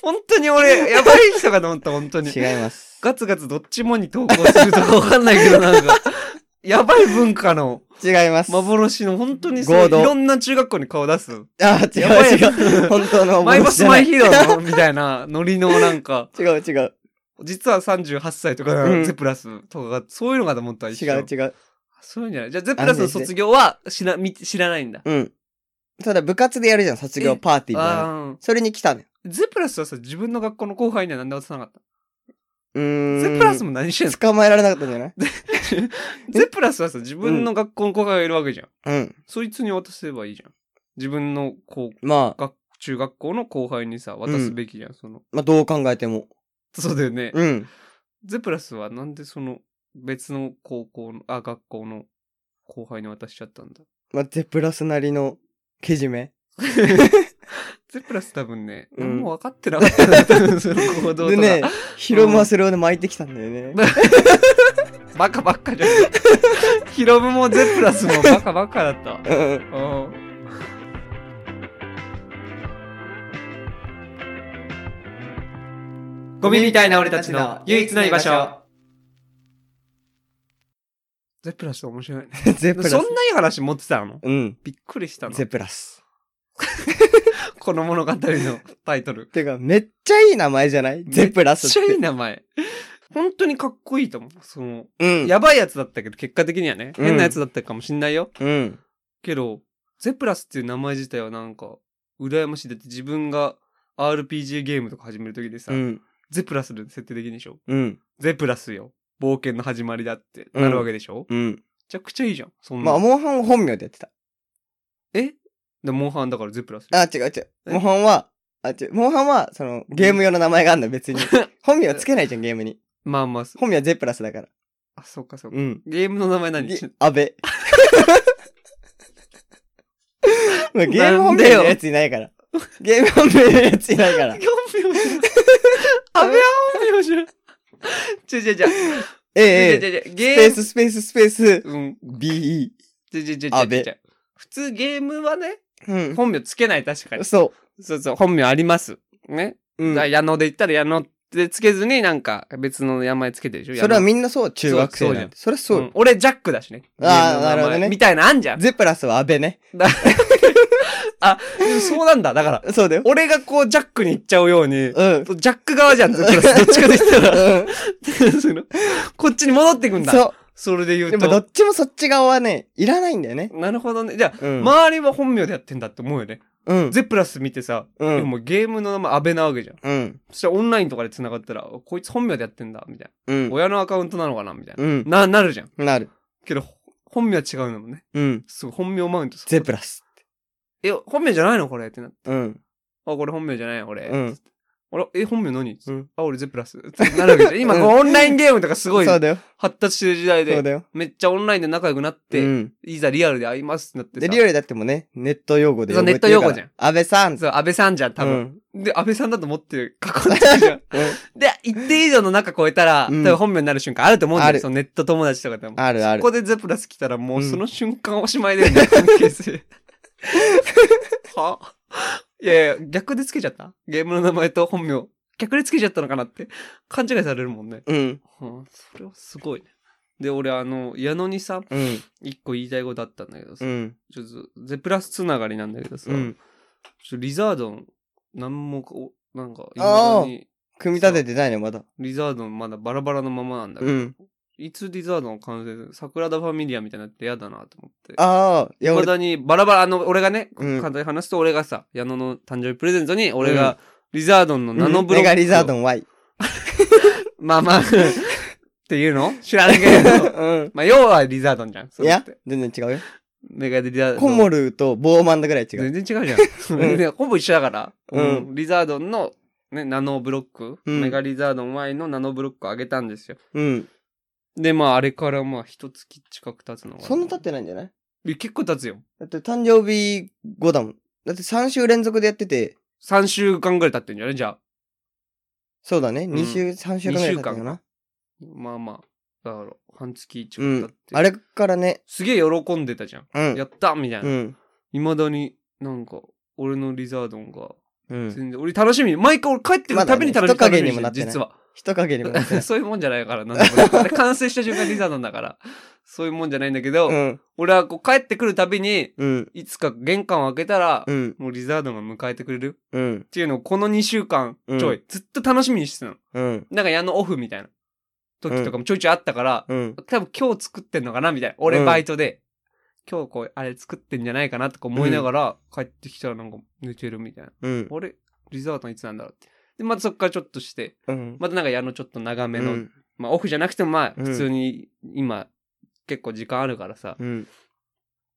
[SPEAKER 1] 本当に俺、やばい人かと思った、本当に。
[SPEAKER 2] う。違います。
[SPEAKER 1] ガツガツどっちもに投稿するとかわかんないけど、なんか、 やばい文化の
[SPEAKER 2] 違います。
[SPEAKER 1] 幻の本当にそう
[SPEAKER 2] 合
[SPEAKER 1] い
[SPEAKER 2] 同
[SPEAKER 1] ろんな中学校に顔出す。
[SPEAKER 2] あー、
[SPEAKER 1] やばい
[SPEAKER 2] 違う違う。本当の
[SPEAKER 1] マイボス
[SPEAKER 2] じゃな
[SPEAKER 1] マ
[SPEAKER 2] い
[SPEAKER 1] イヒーローのみたいなノリのなんか、
[SPEAKER 2] 違う違う。
[SPEAKER 1] 実は38歳とか
[SPEAKER 2] う
[SPEAKER 1] の
[SPEAKER 2] ん
[SPEAKER 1] ゼプラスとかが、そういうのかと思ったら一
[SPEAKER 2] 違
[SPEAKER 1] 緒。
[SPEAKER 2] う違う。
[SPEAKER 1] そういうんじゃないじゃあゼプラスの卒業は知らみ知らないんだ。
[SPEAKER 2] うん。ただ部活でやるじゃん、卒業パーティーみたいな。
[SPEAKER 1] あー
[SPEAKER 2] それに来たね。
[SPEAKER 1] ゼプラスはさ、自分の学校の後輩には何で渡さなかった
[SPEAKER 2] うーん。
[SPEAKER 1] ゼプラスも何してんの
[SPEAKER 2] 捕まえられなかったんじゃない
[SPEAKER 1] ゼプラスはさ、自分の学校の後輩がいるわけじゃん。
[SPEAKER 2] うん。
[SPEAKER 1] そいつに渡せばいいじゃん。自分の高
[SPEAKER 2] まあ、
[SPEAKER 1] 学中学校の後輩にさ渡すべきじゃん、その
[SPEAKER 2] まあどう考えても。
[SPEAKER 1] そうだよね、
[SPEAKER 2] うん。
[SPEAKER 1] ゼプラスはなんでその別の高校のあ学校の後輩に渡しちゃったんだ
[SPEAKER 2] まあ、ゼプラスなりの、けじめ。
[SPEAKER 1] ゼプラス多分ね、
[SPEAKER 2] うん
[SPEAKER 1] 何も分かってなかったんだ多分その行動と
[SPEAKER 2] で
[SPEAKER 1] か、
[SPEAKER 2] ね、ヒロムはそれをね、巻いてきたんだよね。
[SPEAKER 1] バカばっかじゃんヒロムもゼプラスもバカばっかだったわ
[SPEAKER 2] うん。
[SPEAKER 1] うんゴミみたいな俺たちの唯一の居場所。ゼプラス面白いね。
[SPEAKER 2] ゼプラス
[SPEAKER 1] そん。ないい話持ってたの
[SPEAKER 2] うん。
[SPEAKER 1] びっくりしたの。
[SPEAKER 2] ゼプラス。
[SPEAKER 1] この物語の タイトル。
[SPEAKER 2] てか、めっちゃいい名前じゃないゼプラス
[SPEAKER 1] めっ
[SPEAKER 2] って。
[SPEAKER 1] ちゃいい名前。本当にかっこいいと思う。その、
[SPEAKER 2] うん。
[SPEAKER 1] やばいやつだったけど、結果的にはね、
[SPEAKER 2] うん
[SPEAKER 1] 変なやつだったかもしんないよ。
[SPEAKER 2] うん。
[SPEAKER 1] けど、ゼプラスっていう名前自体はなんか、羨ましい。だって自分が RPG ゲームとか始めるときでさ、
[SPEAKER 2] うん。
[SPEAKER 1] ゼプラスで設定できるでしょ。
[SPEAKER 2] うん。
[SPEAKER 1] ゼプラスよ。冒険の始まりだってなるわけでしょ、め
[SPEAKER 2] うん。
[SPEAKER 1] ちゃくちゃいいじゃん。そんな。
[SPEAKER 2] まあ、モンハンを本名でやってた。
[SPEAKER 1] えで、モンハンだからゼプラス。
[SPEAKER 2] あ、違う違う。モンハンは、あ、違う。モンハンは、その、ゲーム用の名前があるの、別 に。本名はつけないじゃん、ゲームに。
[SPEAKER 1] まあまあ、そ
[SPEAKER 2] 本名はゼプラスだから。
[SPEAKER 1] あ、そうかそうか。
[SPEAKER 2] うん。
[SPEAKER 1] ゲームの名前何
[SPEAKER 2] げ
[SPEAKER 1] ちょ
[SPEAKER 2] 安 倍。まあゲーム本名のやついないから。ゲーム本名のやついないから。
[SPEAKER 1] 本名じゃん。安倍は本名じゃん。ちょちょちょ。ち
[SPEAKER 2] え
[SPEAKER 1] ょ
[SPEAKER 2] えええ
[SPEAKER 1] ちょちょ。
[SPEAKER 2] ス
[SPEAKER 1] ゲー
[SPEAKER 2] ペー
[SPEAKER 1] ム。
[SPEAKER 2] ススペーススペース
[SPEAKER 1] うん。
[SPEAKER 2] BE。
[SPEAKER 1] ちょちょちょちょち
[SPEAKER 2] 安
[SPEAKER 1] ょ
[SPEAKER 2] 倍
[SPEAKER 1] ちょ。普通ゲームはね、
[SPEAKER 2] うん。
[SPEAKER 1] 本名つけない確かに。
[SPEAKER 2] そ
[SPEAKER 1] そうそう、本名あります。ね。
[SPEAKER 2] う。うん
[SPEAKER 1] だから。矢野で言ったら矢野ってつけずになんか別の名前つけてるでしょ
[SPEAKER 2] それは
[SPEAKER 1] 矢野
[SPEAKER 2] みんなそう、中学生なんて。それはそう
[SPEAKER 1] うん
[SPEAKER 2] よ。
[SPEAKER 1] 俺ジャックだしね。
[SPEAKER 2] あ
[SPEAKER 1] ゲーム
[SPEAKER 2] ー
[SPEAKER 1] の名前
[SPEAKER 2] なるほどね
[SPEAKER 1] みたいなあん じゃん。
[SPEAKER 2] ゼプラスは安倍ね。
[SPEAKER 1] だあ、でもそうなんだ。だから、
[SPEAKER 2] そうだよ。
[SPEAKER 1] 俺がこう、ジャックに行っちゃうように、
[SPEAKER 2] うん。
[SPEAKER 1] ジャック側じゃん、ゼプラス。どっちかで言ったら、 そのこっちに戻ってく
[SPEAKER 2] うんん。
[SPEAKER 1] だ。
[SPEAKER 2] そう。
[SPEAKER 1] それで言う
[SPEAKER 2] でもど
[SPEAKER 1] と。
[SPEAKER 2] っちもそっち側はね、いらないんだよね。
[SPEAKER 1] なるほどね。じゃあ、
[SPEAKER 2] うん。
[SPEAKER 1] 周りは本名でやってんだって思うよね。
[SPEAKER 2] うん。
[SPEAKER 1] ゼプラス見てさ、
[SPEAKER 2] う
[SPEAKER 1] で
[SPEAKER 2] ん。
[SPEAKER 1] もゲームの名前安倍なわけじゃん。
[SPEAKER 2] うん。
[SPEAKER 1] そしたらオンラインとかで繋がったら、こいつ本名でやってんだ、みたい
[SPEAKER 2] うん
[SPEAKER 1] な。。親のアカウントなのかな、みたいな。
[SPEAKER 2] うん。
[SPEAKER 1] な、なるじゃん。
[SPEAKER 2] なる。
[SPEAKER 1] けど、ほ本名は違うのもんね。
[SPEAKER 2] うん。
[SPEAKER 1] すごい、本名マウントする
[SPEAKER 2] ゼプラス。
[SPEAKER 1] え、本名じゃないのこれってなって。
[SPEAKER 2] うん。
[SPEAKER 1] あ、これ本名じゃないよ、俺。
[SPEAKER 2] うん
[SPEAKER 1] つってあら、え、本名何、
[SPEAKER 2] うん
[SPEAKER 1] あ、俺ゼプラス。ってなるわけじゃ ん。今、こうオンラインゲームとかすごい
[SPEAKER 2] そうだよ。
[SPEAKER 1] 発達してる時代
[SPEAKER 2] そう
[SPEAKER 1] で、
[SPEAKER 2] だよ。
[SPEAKER 1] めっちゃオンラインで仲良くなって、
[SPEAKER 2] うん。
[SPEAKER 1] いざリアルで会いますってなって
[SPEAKER 2] で、
[SPEAKER 1] さ。
[SPEAKER 2] リオリだってもね、ネット用語で
[SPEAKER 1] そう
[SPEAKER 2] 覚えてる
[SPEAKER 1] ネッ
[SPEAKER 2] から
[SPEAKER 1] ト用語じゃん。
[SPEAKER 2] 安倍さん。
[SPEAKER 1] そう、安倍さんじゃん、多
[SPEAKER 2] う
[SPEAKER 1] 分。
[SPEAKER 2] ん。
[SPEAKER 1] で、安倍さんだと思ってる。囲んでるじ ゃん。で、一定以上の仲超えたら、
[SPEAKER 2] うん
[SPEAKER 1] 多分本名になる瞬間あると思うんだ
[SPEAKER 2] あ
[SPEAKER 1] よ。
[SPEAKER 2] る
[SPEAKER 1] そのネット友達とかでも。
[SPEAKER 2] あるある
[SPEAKER 1] ここでゼプラス来たらもううんその瞬間おしまいだよ ね、関係性 はいやいや、逆でつけちゃったゲームの名前と本名。逆でつけちゃったのかなって勘違いされるもんね。
[SPEAKER 2] うん。
[SPEAKER 1] うん、それはすごいね。で、俺あの、矢野にさ、
[SPEAKER 2] うん。
[SPEAKER 1] 一個言いたいことあったんだけどさ、
[SPEAKER 2] うん。
[SPEAKER 1] ちょっとゼプラスつながりなんだけどさ、
[SPEAKER 2] うん。
[SPEAKER 1] ちょリザードン、なんもこう、なんか、未
[SPEAKER 2] あー
[SPEAKER 1] だに、
[SPEAKER 2] 組み立ててないね、まだ。
[SPEAKER 1] リザードンまだバラバラのままなんだけ
[SPEAKER 2] う
[SPEAKER 1] ど、
[SPEAKER 2] ん。
[SPEAKER 1] いつリザードン完成する桜田ファミリアみたいになって嫌だなと思って。
[SPEAKER 2] ああ、いや、
[SPEAKER 1] 未
[SPEAKER 2] 俺、
[SPEAKER 1] だにバラバラ、あの、俺がね、
[SPEAKER 2] うん
[SPEAKER 1] 簡単に話すと俺がさ、矢野の誕生日プレゼントに、俺がリザードンのナノブロックを、
[SPEAKER 2] メガリザードン Y。
[SPEAKER 1] まあ まあ、っていうの知らないけど。
[SPEAKER 2] う
[SPEAKER 1] まあ、要はリザードンじゃん。そ
[SPEAKER 2] ん。い
[SPEAKER 1] れっ
[SPEAKER 2] や
[SPEAKER 1] て、
[SPEAKER 2] 全然違うよ。
[SPEAKER 1] メガデリザードン。
[SPEAKER 2] コモルとボーマンだぐらい違う。
[SPEAKER 1] 全然違うじゃん。
[SPEAKER 2] うん
[SPEAKER 1] でほぼ一緒だから、
[SPEAKER 2] うん
[SPEAKER 1] うんリザードンの、ね、ナノブロック、
[SPEAKER 2] うん
[SPEAKER 1] メガリザードン Y のナノブロックをあげたんですよ。
[SPEAKER 2] うん。
[SPEAKER 1] で、まあ、あれからまあ、一月近く経つのかな。
[SPEAKER 2] そんな経ってないんじゃない
[SPEAKER 1] え結構経つよ。
[SPEAKER 2] だって誕生日後だもん。だって3週連続でやってて、
[SPEAKER 1] 3週間ぐらい経ってんじゃねじゃあ。
[SPEAKER 2] そうだね、
[SPEAKER 1] ん
[SPEAKER 2] 2週、3週間ぐらい経ってるかな。
[SPEAKER 1] まあまあ、だから、半月近く
[SPEAKER 2] う
[SPEAKER 1] 経っ
[SPEAKER 2] ん
[SPEAKER 1] て。。
[SPEAKER 2] あれからね、
[SPEAKER 1] すげえ喜んでたじゃん。
[SPEAKER 2] うん。
[SPEAKER 1] やったみたいな。
[SPEAKER 2] う
[SPEAKER 1] い、
[SPEAKER 2] ん。
[SPEAKER 1] ま、だになんか、俺のリザードンが、
[SPEAKER 2] うん。
[SPEAKER 1] 全然、俺楽しみに、毎回俺帰ってくるたびに楽しみ楽しみ
[SPEAKER 2] まだね人影にもなってない
[SPEAKER 1] 実は。
[SPEAKER 2] 人影にもなってな い。
[SPEAKER 1] そういうもんじゃないから、なんでもない完成した瞬間リザードンだから、そういうもんじゃないんだけど、
[SPEAKER 2] うん。
[SPEAKER 1] 俺はこう帰ってくるたびに、
[SPEAKER 2] うん。
[SPEAKER 1] いつか玄関を開けたら、
[SPEAKER 2] うん。
[SPEAKER 1] もうリザードンが迎えてくれる
[SPEAKER 2] うん
[SPEAKER 1] っ。ていうのをこの2週間ちょい、
[SPEAKER 2] う
[SPEAKER 1] ずっと楽しみにしてたの。
[SPEAKER 2] うん。
[SPEAKER 1] なんか矢のオフみたいな時とかもちょいちょいあったから、
[SPEAKER 2] うん。
[SPEAKER 1] 多分今日作ってんのかなみたいな。俺
[SPEAKER 2] うん
[SPEAKER 1] バイトで、今日こうあれ作ってんじゃないかなとか思いながら帰ってきたらなんか寝てるみたいな。
[SPEAKER 2] うん。
[SPEAKER 1] あれリザードンいつなんだろうって。で、またそっからちょっとして、
[SPEAKER 2] うん。
[SPEAKER 1] またなんか矢のちょっと長め
[SPEAKER 2] う
[SPEAKER 1] の、
[SPEAKER 2] ん。
[SPEAKER 1] まあオフじゃなくてもまあ
[SPEAKER 2] うん
[SPEAKER 1] 普通に今結構時間あるからさ。
[SPEAKER 2] うん。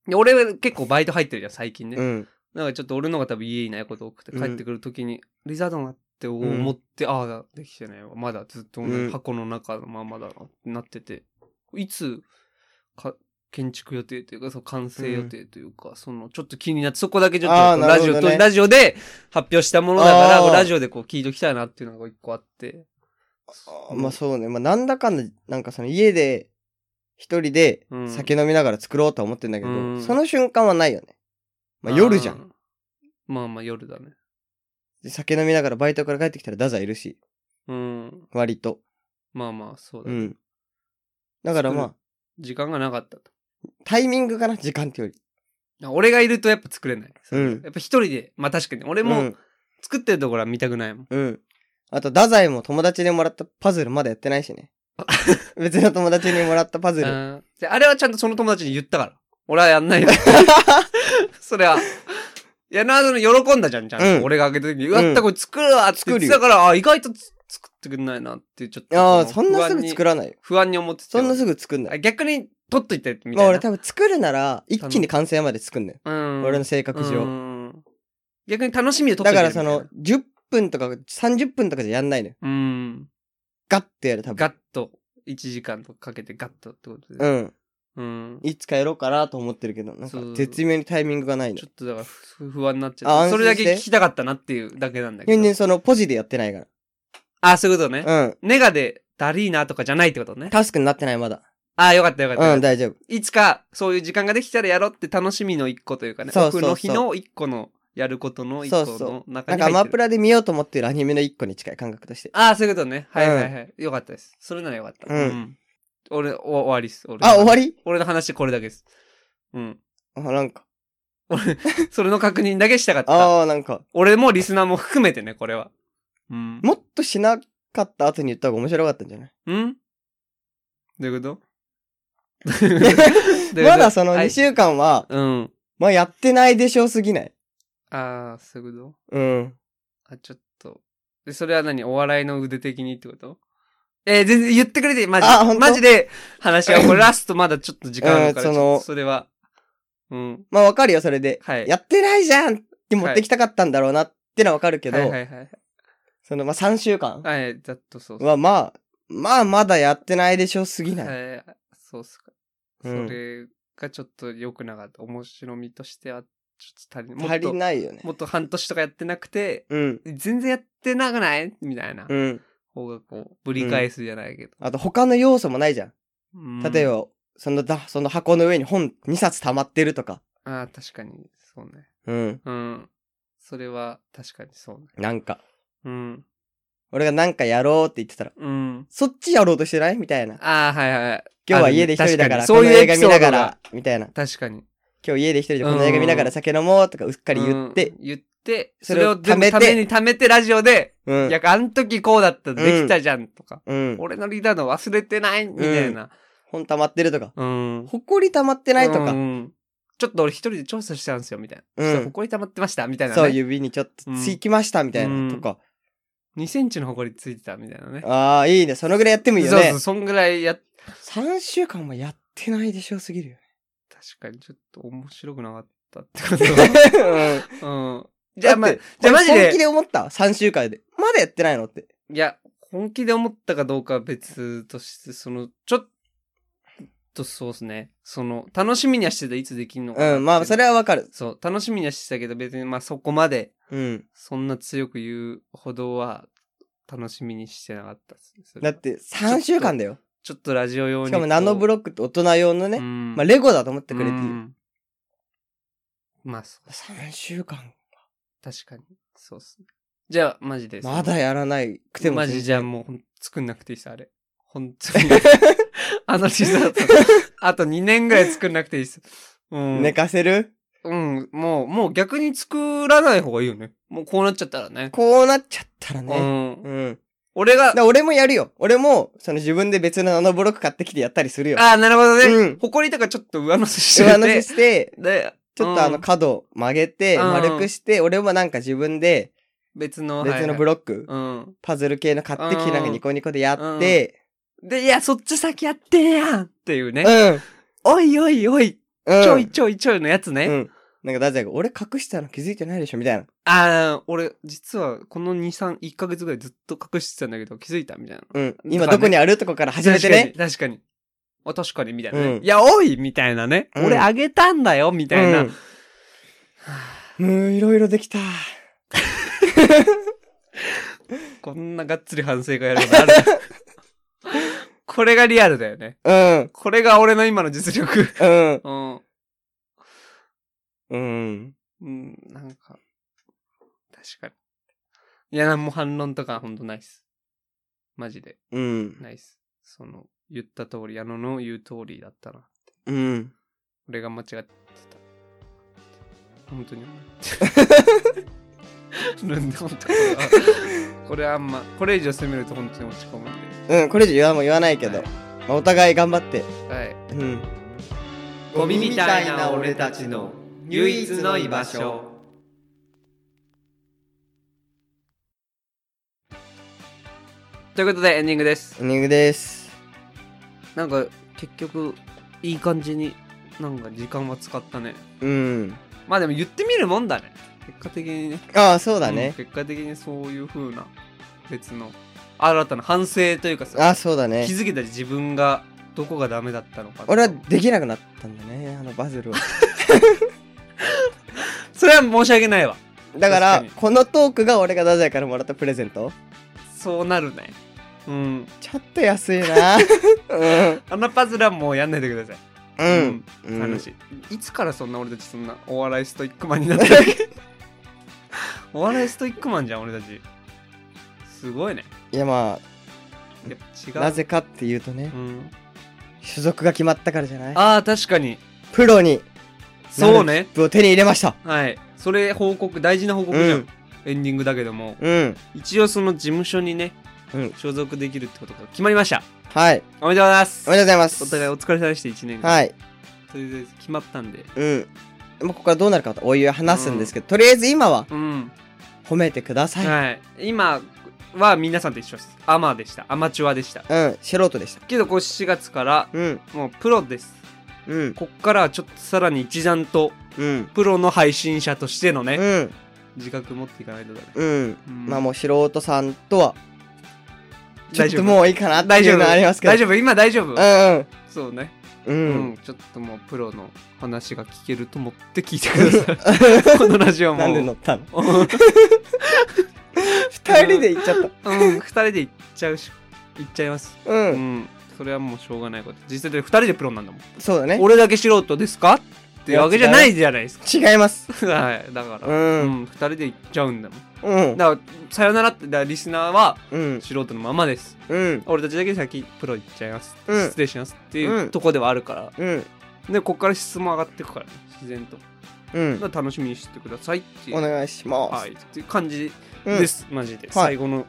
[SPEAKER 1] で、俺は結構バイト入ってるじゃん最近ね。
[SPEAKER 2] うん。
[SPEAKER 1] なんかちょっと俺の方が多分家いないこと多くて
[SPEAKER 2] うん
[SPEAKER 1] 帰ってくるときに、リザードンだって思って、ああ、できてないわ。まだずっと同じ
[SPEAKER 2] うん
[SPEAKER 1] 箱の中のままだなってなってて、いつか建築予定というか、そう完成予定というか、そのちょっと気になって、そこだけちょっ
[SPEAKER 2] あー
[SPEAKER 1] と
[SPEAKER 2] な
[SPEAKER 1] ラ
[SPEAKER 2] る
[SPEAKER 1] ジ
[SPEAKER 2] ほど
[SPEAKER 1] オ
[SPEAKER 2] ね
[SPEAKER 1] と、ラジオで発表したものだから、
[SPEAKER 2] あー
[SPEAKER 1] こうラジオでこう聞いときたいなっていうのが一個あって。
[SPEAKER 2] まあそうね。まあなんだかんだ、なんかその家で、一人で
[SPEAKER 1] うん
[SPEAKER 2] 酒飲みながら作ろうとは思ってんだけ
[SPEAKER 1] う
[SPEAKER 2] ど、
[SPEAKER 1] ん
[SPEAKER 2] その瞬間はないよね。まあ夜じゃん。
[SPEAKER 1] ん。まあまあ夜だね。
[SPEAKER 2] で酒飲みながらバイトから帰ってきたらダザいるし、
[SPEAKER 1] うん。
[SPEAKER 2] 割と。
[SPEAKER 1] まあまあそうだ
[SPEAKER 2] う
[SPEAKER 1] ね。
[SPEAKER 2] ん。だからまあ、
[SPEAKER 1] 時間がなかったと。
[SPEAKER 2] タイミングかな時間ってより。
[SPEAKER 1] あ俺がいるとやっぱ作れない。
[SPEAKER 2] うん
[SPEAKER 1] やっぱ一人で、まあ確かに。俺も
[SPEAKER 2] うん、
[SPEAKER 1] 作ってるところは見たくないもん。
[SPEAKER 2] うん。あと、太宰も友達でもらったパズルまだやってないし ね。別の友達にもらったパズル。
[SPEAKER 1] あーであれはちゃんとその友達に言ったから。俺はやんない よ。 それは。いや、なるの喜んだじゃん、ちゃんと。
[SPEAKER 2] うん
[SPEAKER 1] 俺が開けた時に、う
[SPEAKER 2] うん
[SPEAKER 1] わった、これ作るわって言ってたから、あー意外とつ作ってくんないなって、ちょっと。
[SPEAKER 2] ああ、
[SPEAKER 1] こう
[SPEAKER 2] そんなすぐ作らないよ。
[SPEAKER 1] 不安に不安に思ってた
[SPEAKER 2] そ
[SPEAKER 1] よ。
[SPEAKER 2] んなすぐ作んな
[SPEAKER 1] あ
[SPEAKER 2] い。
[SPEAKER 1] 逆に、取っといて、み
[SPEAKER 2] ま
[SPEAKER 1] た
[SPEAKER 2] あ
[SPEAKER 1] い
[SPEAKER 2] 俺
[SPEAKER 1] な。
[SPEAKER 2] 多分作るなら、一気に完成まで作んのよ。
[SPEAKER 1] うん。
[SPEAKER 2] 俺の性格上。
[SPEAKER 1] うん逆に楽しみで取っ
[SPEAKER 2] だ
[SPEAKER 1] とい
[SPEAKER 2] か
[SPEAKER 1] てる
[SPEAKER 2] ら
[SPEAKER 1] みたい
[SPEAKER 2] そ
[SPEAKER 1] な。
[SPEAKER 2] の、10分とか30分とかじゃやんないのよ。
[SPEAKER 1] うん。
[SPEAKER 2] ガッてやる、多分。
[SPEAKER 1] ガッと、1時間とかけてガッとってことで。
[SPEAKER 2] うん。
[SPEAKER 1] うん。
[SPEAKER 2] いつかやろうかなと思ってるけど、なんか
[SPEAKER 1] そう
[SPEAKER 2] 絶妙にタイミングがないの
[SPEAKER 1] ちょ。っとだからふ不安になっちゃっ
[SPEAKER 2] あ
[SPEAKER 1] た。
[SPEAKER 2] 安
[SPEAKER 1] そ
[SPEAKER 2] 心
[SPEAKER 1] れだけ
[SPEAKER 2] して
[SPEAKER 1] 聞きたかったなっていうだけなんだけ
[SPEAKER 2] 全
[SPEAKER 1] ど。
[SPEAKER 2] 然その、ポジでやってないか
[SPEAKER 1] あ、そういうことね。
[SPEAKER 2] ら。うん。
[SPEAKER 1] ネガでダリーなとかじゃないってことね。
[SPEAKER 2] タスクになってない、まだ。
[SPEAKER 1] あ、よかったよかった。
[SPEAKER 2] うん、大丈夫。
[SPEAKER 1] いつかそういう時間ができたらやろうって楽しみの一個というかね。
[SPEAKER 2] そうそうそう
[SPEAKER 1] 僕の日の一個のやることの一個
[SPEAKER 2] そ
[SPEAKER 1] の
[SPEAKER 2] うそ
[SPEAKER 1] 中
[SPEAKER 2] な
[SPEAKER 1] に入ってる。
[SPEAKER 2] んかアマプラで見ようと思ってるアニメの一個に近い感覚として。
[SPEAKER 1] あ、そういうことね。はいはいはい。よかったです。それならよかった。
[SPEAKER 2] うん
[SPEAKER 1] 俺、お終わりです。俺の
[SPEAKER 2] あ、終わり
[SPEAKER 1] 俺の話これだけです。うん。
[SPEAKER 2] あ、なんか。
[SPEAKER 1] それの確認だけしたかった。
[SPEAKER 2] ああ、なんか。
[SPEAKER 1] 俺もリスナーも含めてね、これは。うん。
[SPEAKER 2] もっとしなかった後に言った方が面白かったんじ ゃない
[SPEAKER 1] んどういうこと
[SPEAKER 2] まだその
[SPEAKER 1] はい
[SPEAKER 2] 2週間は、
[SPEAKER 1] うん。
[SPEAKER 2] まあやってないでしょうすぎない。
[SPEAKER 1] ああ、そういうこ
[SPEAKER 2] うん。
[SPEAKER 1] とあ、ちょっと。で、それは何お笑いの腕的にってことえー、全然言ってくれていい、マ
[SPEAKER 2] あほ
[SPEAKER 1] ジ。
[SPEAKER 2] んと
[SPEAKER 1] マジで話は、こ れラストまだちょっと時間あるから、
[SPEAKER 2] うん
[SPEAKER 1] ちょっと
[SPEAKER 2] その
[SPEAKER 1] それは。うん。
[SPEAKER 2] まあわかるよ、それで。
[SPEAKER 1] はい。
[SPEAKER 2] やってないじゃんって持ってきたかったんだろうなってのはわかるけど、
[SPEAKER 1] はいはいはい。
[SPEAKER 2] その、まあ、3週間
[SPEAKER 1] はい、ざっとそうそう。
[SPEAKER 2] は、まあ、まあ、まだやってないでしょ、すぎない。
[SPEAKER 1] はい、そうっすか。そ
[SPEAKER 2] うん
[SPEAKER 1] れがちょっと良くなかった。面白みとしては、ちょっと足りない。もっと
[SPEAKER 2] 足りないよね。
[SPEAKER 1] もっと半年とかやってなくて、
[SPEAKER 2] うん。
[SPEAKER 1] 全然やってなくないみたいな
[SPEAKER 2] うん。
[SPEAKER 1] 方がこう、ぶり返すじゃないけど。
[SPEAKER 2] あと、他の要素もないじゃん。
[SPEAKER 1] うん
[SPEAKER 2] 例え。ば、そのだ、その箱の上に本2冊溜まってるとか。
[SPEAKER 1] ああ、確かに、そうね。
[SPEAKER 2] うん。
[SPEAKER 1] うん。それは、確かにそうね。
[SPEAKER 2] なんか、
[SPEAKER 1] うん。
[SPEAKER 2] 俺がなんかやろうって言ってたら、
[SPEAKER 1] うん。
[SPEAKER 2] そっちやろうとしてないみたいな。
[SPEAKER 1] ああ、はいはい。
[SPEAKER 2] 今日は家で一人だから、
[SPEAKER 1] あるね確かにそういう
[SPEAKER 2] この
[SPEAKER 1] エ
[SPEAKER 2] 映
[SPEAKER 1] ピ
[SPEAKER 2] 画
[SPEAKER 1] ソー
[SPEAKER 2] 見
[SPEAKER 1] ド
[SPEAKER 2] な
[SPEAKER 1] が
[SPEAKER 2] がら、みたいな。
[SPEAKER 1] 確かに。
[SPEAKER 2] 今日家で一人でこの映画見ながら酒飲もうとかうっかり言って
[SPEAKER 1] うん、言って、そ
[SPEAKER 2] そ
[SPEAKER 1] れ
[SPEAKER 2] れ
[SPEAKER 1] を
[SPEAKER 2] を
[SPEAKER 1] た
[SPEAKER 2] 貯
[SPEAKER 1] め
[SPEAKER 2] めて
[SPEAKER 1] ために貯めてラジオで、
[SPEAKER 2] うん
[SPEAKER 1] い。や、あの時こうだった、できたじゃん、とか。
[SPEAKER 2] うん。
[SPEAKER 1] 俺のリーダーの忘れてないみたいな。
[SPEAKER 2] 本溜まってるとか、
[SPEAKER 1] うん。
[SPEAKER 2] ほこり溜まってないとか、
[SPEAKER 1] うんちょっと俺一人で調査したんですよ、みたいな。
[SPEAKER 2] うん
[SPEAKER 1] そしたら埃溜まってました、みたいな、ね。
[SPEAKER 2] そう、指にちょっとついきましたみたい
[SPEAKER 1] うん
[SPEAKER 2] なとか、
[SPEAKER 1] 2センチの埃ついてた、みたいなね。
[SPEAKER 2] ああ、いいね。そのぐらいやってもいいよ
[SPEAKER 1] そう
[SPEAKER 2] ね
[SPEAKER 1] そう、。そんぐらいやっ、
[SPEAKER 2] 3週間もやってないでしょ、すぎるよね。
[SPEAKER 1] 確かにちょっと面白くなかったってこと
[SPEAKER 2] うん
[SPEAKER 1] う ん。じゃあ、まあ、じ
[SPEAKER 2] だって
[SPEAKER 1] ゃあマジ
[SPEAKER 2] 俺
[SPEAKER 1] で
[SPEAKER 2] 本気。で思った ?3 週間で。まだやってないのって。
[SPEAKER 1] いや、本気で思ったかどうかは別として、その、ちょっとそうですね。その、楽しみにはしてた、いつできんのかなっていうう。
[SPEAKER 2] ん、まあ、それはわかる。
[SPEAKER 1] そう、楽しみにはしてたけど、別にまあそこまで、
[SPEAKER 2] うん。
[SPEAKER 1] そんな強く言うほどは、楽しみにしてなかったですね。それ
[SPEAKER 2] だ
[SPEAKER 1] は
[SPEAKER 2] って、3週間だよ。
[SPEAKER 1] ちょっとラジオ用に。
[SPEAKER 2] しかもナノブ
[SPEAKER 1] ロ
[SPEAKER 2] ロックって大人用のね、
[SPEAKER 1] ね
[SPEAKER 2] まあ、レゴだと思ってくれていい。
[SPEAKER 1] うんまあ、そう
[SPEAKER 2] 3週間。
[SPEAKER 1] 確かに。そうっすね。じゃあ、マジで。
[SPEAKER 2] まだやらないくても
[SPEAKER 1] マ
[SPEAKER 2] 全
[SPEAKER 1] ジ
[SPEAKER 2] 然
[SPEAKER 1] じゃあもうほん作んなくていいです、あれ。本 当に。あのリゾート、あと2年ぐらい作んなくていいです。うん。
[SPEAKER 2] 寝かせる
[SPEAKER 1] うん。もう、もう逆に作らない方がいいよね。もうこうなっちゃったらね。
[SPEAKER 2] こうなっちゃったらね。
[SPEAKER 1] うん。
[SPEAKER 2] うん。
[SPEAKER 1] 俺が
[SPEAKER 2] だか、ら俺もやるよ。俺も、その自分で別のナノブロック買ってきてやったりするよ。
[SPEAKER 1] ああ、なるほどね。
[SPEAKER 2] うん
[SPEAKER 1] 埃とかちょっと上乗せして
[SPEAKER 2] 上乗せして、
[SPEAKER 1] で、
[SPEAKER 2] ちょっとあの
[SPEAKER 1] うん
[SPEAKER 2] 角を曲げて、
[SPEAKER 1] うん
[SPEAKER 2] 丸くして、俺もなんか自分で
[SPEAKER 1] 別の、
[SPEAKER 2] 別のブ
[SPEAKER 1] ロ
[SPEAKER 2] ロック、
[SPEAKER 1] うん。
[SPEAKER 2] パズル系の買ってき
[SPEAKER 1] うん
[SPEAKER 2] て、なんかニコニコでやって、
[SPEAKER 1] で、いや、そっち先やってんやんっていうね。
[SPEAKER 2] うん。
[SPEAKER 1] おいおいおい、
[SPEAKER 2] うん。
[SPEAKER 1] ちょいちょいちょいのやつね。
[SPEAKER 2] うん。なんか、だぜ、俺隠したの気づいてないでしょみたいな。
[SPEAKER 1] ああ、俺、実はこの2、3、1ヶ月ぐらいずっと隠してたんだけど、気づいたみたいな。
[SPEAKER 2] うん。
[SPEAKER 1] ね
[SPEAKER 2] 今どこにあるとこから始めてね。
[SPEAKER 1] 確かに。確かに。あ、確かに、みたいなね。
[SPEAKER 2] うん
[SPEAKER 1] いや、おいみたいなね。
[SPEAKER 2] うん
[SPEAKER 1] 俺あげたんだよみたいな。
[SPEAKER 2] うんうん、いろいろできた。
[SPEAKER 1] こんながっつり反省会やる ことある。これがリアルだよね。
[SPEAKER 2] うん。
[SPEAKER 1] これが俺の今の実力。
[SPEAKER 2] うん。
[SPEAKER 1] うん。
[SPEAKER 2] うん。
[SPEAKER 1] うん、なんか、確かに。いや、なんも反論とかほんとないっす。マジで、
[SPEAKER 2] うん。
[SPEAKER 1] ないっす。その、言った通り、矢野の言う通りだったな。
[SPEAKER 2] うん。
[SPEAKER 1] 俺が間違ってた本 当に思ってるんで本当にこれあんまこれ以上攻めると本当に落ち込むんで
[SPEAKER 2] うん、これ以上言わんも言わないけど、まあ、お互い頑張って。
[SPEAKER 1] はい
[SPEAKER 2] うん。
[SPEAKER 1] ゴミみたいな俺たちの唯一の居場所ということでエンディングです
[SPEAKER 2] エンディングです。
[SPEAKER 1] なんか結局いい感じになんか時間は使ったね
[SPEAKER 2] うん。
[SPEAKER 1] まあでも言ってみるもんだね結果的にね
[SPEAKER 2] ああ、そうだ
[SPEAKER 1] うん
[SPEAKER 2] ね。
[SPEAKER 1] 結果的にそういう風な別の新たな反省というかさ
[SPEAKER 2] ああ、そうだね
[SPEAKER 1] 気。づけた自分がどこがダメだったのか
[SPEAKER 2] 俺はできなくなったんだね、あのバズルを。
[SPEAKER 1] それは申し訳ないわ
[SPEAKER 2] だ
[SPEAKER 1] 確
[SPEAKER 2] から
[SPEAKER 1] かに、
[SPEAKER 2] このトークが俺がダザイからもらったプレゼント
[SPEAKER 1] そうなるねうん
[SPEAKER 2] ちょっと安い な。うん。
[SPEAKER 1] あのパズルはもうやんないでください
[SPEAKER 2] うん。うん
[SPEAKER 1] 話、いつからそんな俺たちそんなお笑いストイックマンにな ったっけお笑いストイックマンじゃん俺たちすごいね
[SPEAKER 2] いや、ま
[SPEAKER 1] やっぱ違
[SPEAKER 2] あ、
[SPEAKER 1] う
[SPEAKER 2] なぜかっていうとね
[SPEAKER 1] う、ん、
[SPEAKER 2] 所属が決まったからじゃない
[SPEAKER 1] ああ確かに
[SPEAKER 2] プロに
[SPEAKER 1] そうね
[SPEAKER 2] 切符を手に入れました。
[SPEAKER 1] はいそれ報告大事な報告じゃん、
[SPEAKER 2] うん
[SPEAKER 1] エンディングだけども
[SPEAKER 2] うん。
[SPEAKER 1] 一応その事務所にね、
[SPEAKER 2] うん
[SPEAKER 1] 所属できるってことが決まりました
[SPEAKER 2] はい。
[SPEAKER 1] おめでとうございます
[SPEAKER 2] おめでとうございま
[SPEAKER 1] お互い
[SPEAKER 2] す。
[SPEAKER 1] お疲れ様でした1年間、
[SPEAKER 2] はい。
[SPEAKER 1] とりあえず決まったんで
[SPEAKER 2] うん。もうここからどうなるかとおいおい話すんですけど、とりあえず今は
[SPEAKER 1] うん
[SPEAKER 2] 褒めてください。
[SPEAKER 1] はい、今は皆さんと一緒ですアマでしたアマチュアでした
[SPEAKER 2] うん、素人でした。
[SPEAKER 1] けどこう4月から
[SPEAKER 2] うん、
[SPEAKER 1] もうプロです
[SPEAKER 2] うん、
[SPEAKER 1] こっからはちょっとさらに一段と
[SPEAKER 2] うん、
[SPEAKER 1] プロの配信者としてのね、
[SPEAKER 2] うん、
[SPEAKER 1] 自覚持っていかないとだね。
[SPEAKER 2] うん。
[SPEAKER 1] うん
[SPEAKER 2] まあもう素人さんとは、ちょ
[SPEAKER 1] 大
[SPEAKER 2] っ
[SPEAKER 1] 丈夫
[SPEAKER 2] ともういいかなって
[SPEAKER 1] 大
[SPEAKER 2] い
[SPEAKER 1] 丈
[SPEAKER 2] うの
[SPEAKER 1] 夫
[SPEAKER 2] はありますけど。
[SPEAKER 1] 大丈夫今大丈夫、そうね、
[SPEAKER 2] うん
[SPEAKER 1] う
[SPEAKER 2] うんん。うん。
[SPEAKER 1] ちょっともうプロの話が聞けると思って聞いてくださ いこのラジオも
[SPEAKER 2] なんで乗ったの
[SPEAKER 1] うん
[SPEAKER 2] 二人で行っちゃった。
[SPEAKER 1] うん、二人で行っちゃうし、行っちゃいます。
[SPEAKER 2] う。
[SPEAKER 1] うんん、それはもうしょうがないこと。実際で二人でプロなんだもん。
[SPEAKER 2] そうだね。
[SPEAKER 1] 俺だけ素人ですかっていうわけじゃないじゃないです
[SPEAKER 2] 違います。
[SPEAKER 1] か。はい、だか
[SPEAKER 2] う。
[SPEAKER 1] ら、うんん、二人で行っちゃうんだもん。
[SPEAKER 2] うん。
[SPEAKER 1] だから、さよならって、だからリスナーは
[SPEAKER 2] うん。
[SPEAKER 1] 素人のままです。
[SPEAKER 2] うん。
[SPEAKER 1] 俺たちだけ先プロ行っちゃいます。
[SPEAKER 2] うん
[SPEAKER 1] 失礼しますって
[SPEAKER 2] う
[SPEAKER 1] いうんとこではあるから。
[SPEAKER 2] うん。
[SPEAKER 1] で、こっから質も上がってくから、ね、自然と。
[SPEAKER 2] うん。
[SPEAKER 1] だから楽しみにしてくださいっていう。
[SPEAKER 2] お願いしま
[SPEAKER 1] は
[SPEAKER 2] す
[SPEAKER 1] い、。っていう感じ
[SPEAKER 2] うん
[SPEAKER 1] です、マジで。
[SPEAKER 2] い
[SPEAKER 1] 最後の、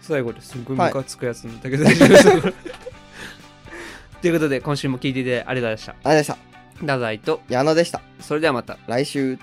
[SPEAKER 1] 最後です。すごい
[SPEAKER 2] はい
[SPEAKER 1] ムカつくやつなんだけど、大丈夫です これということで、今週も聞いていてありがとうございまし
[SPEAKER 2] あれでした。
[SPEAKER 1] た。ダザイと、
[SPEAKER 2] 矢野でした。
[SPEAKER 1] それではまた。
[SPEAKER 2] 来週。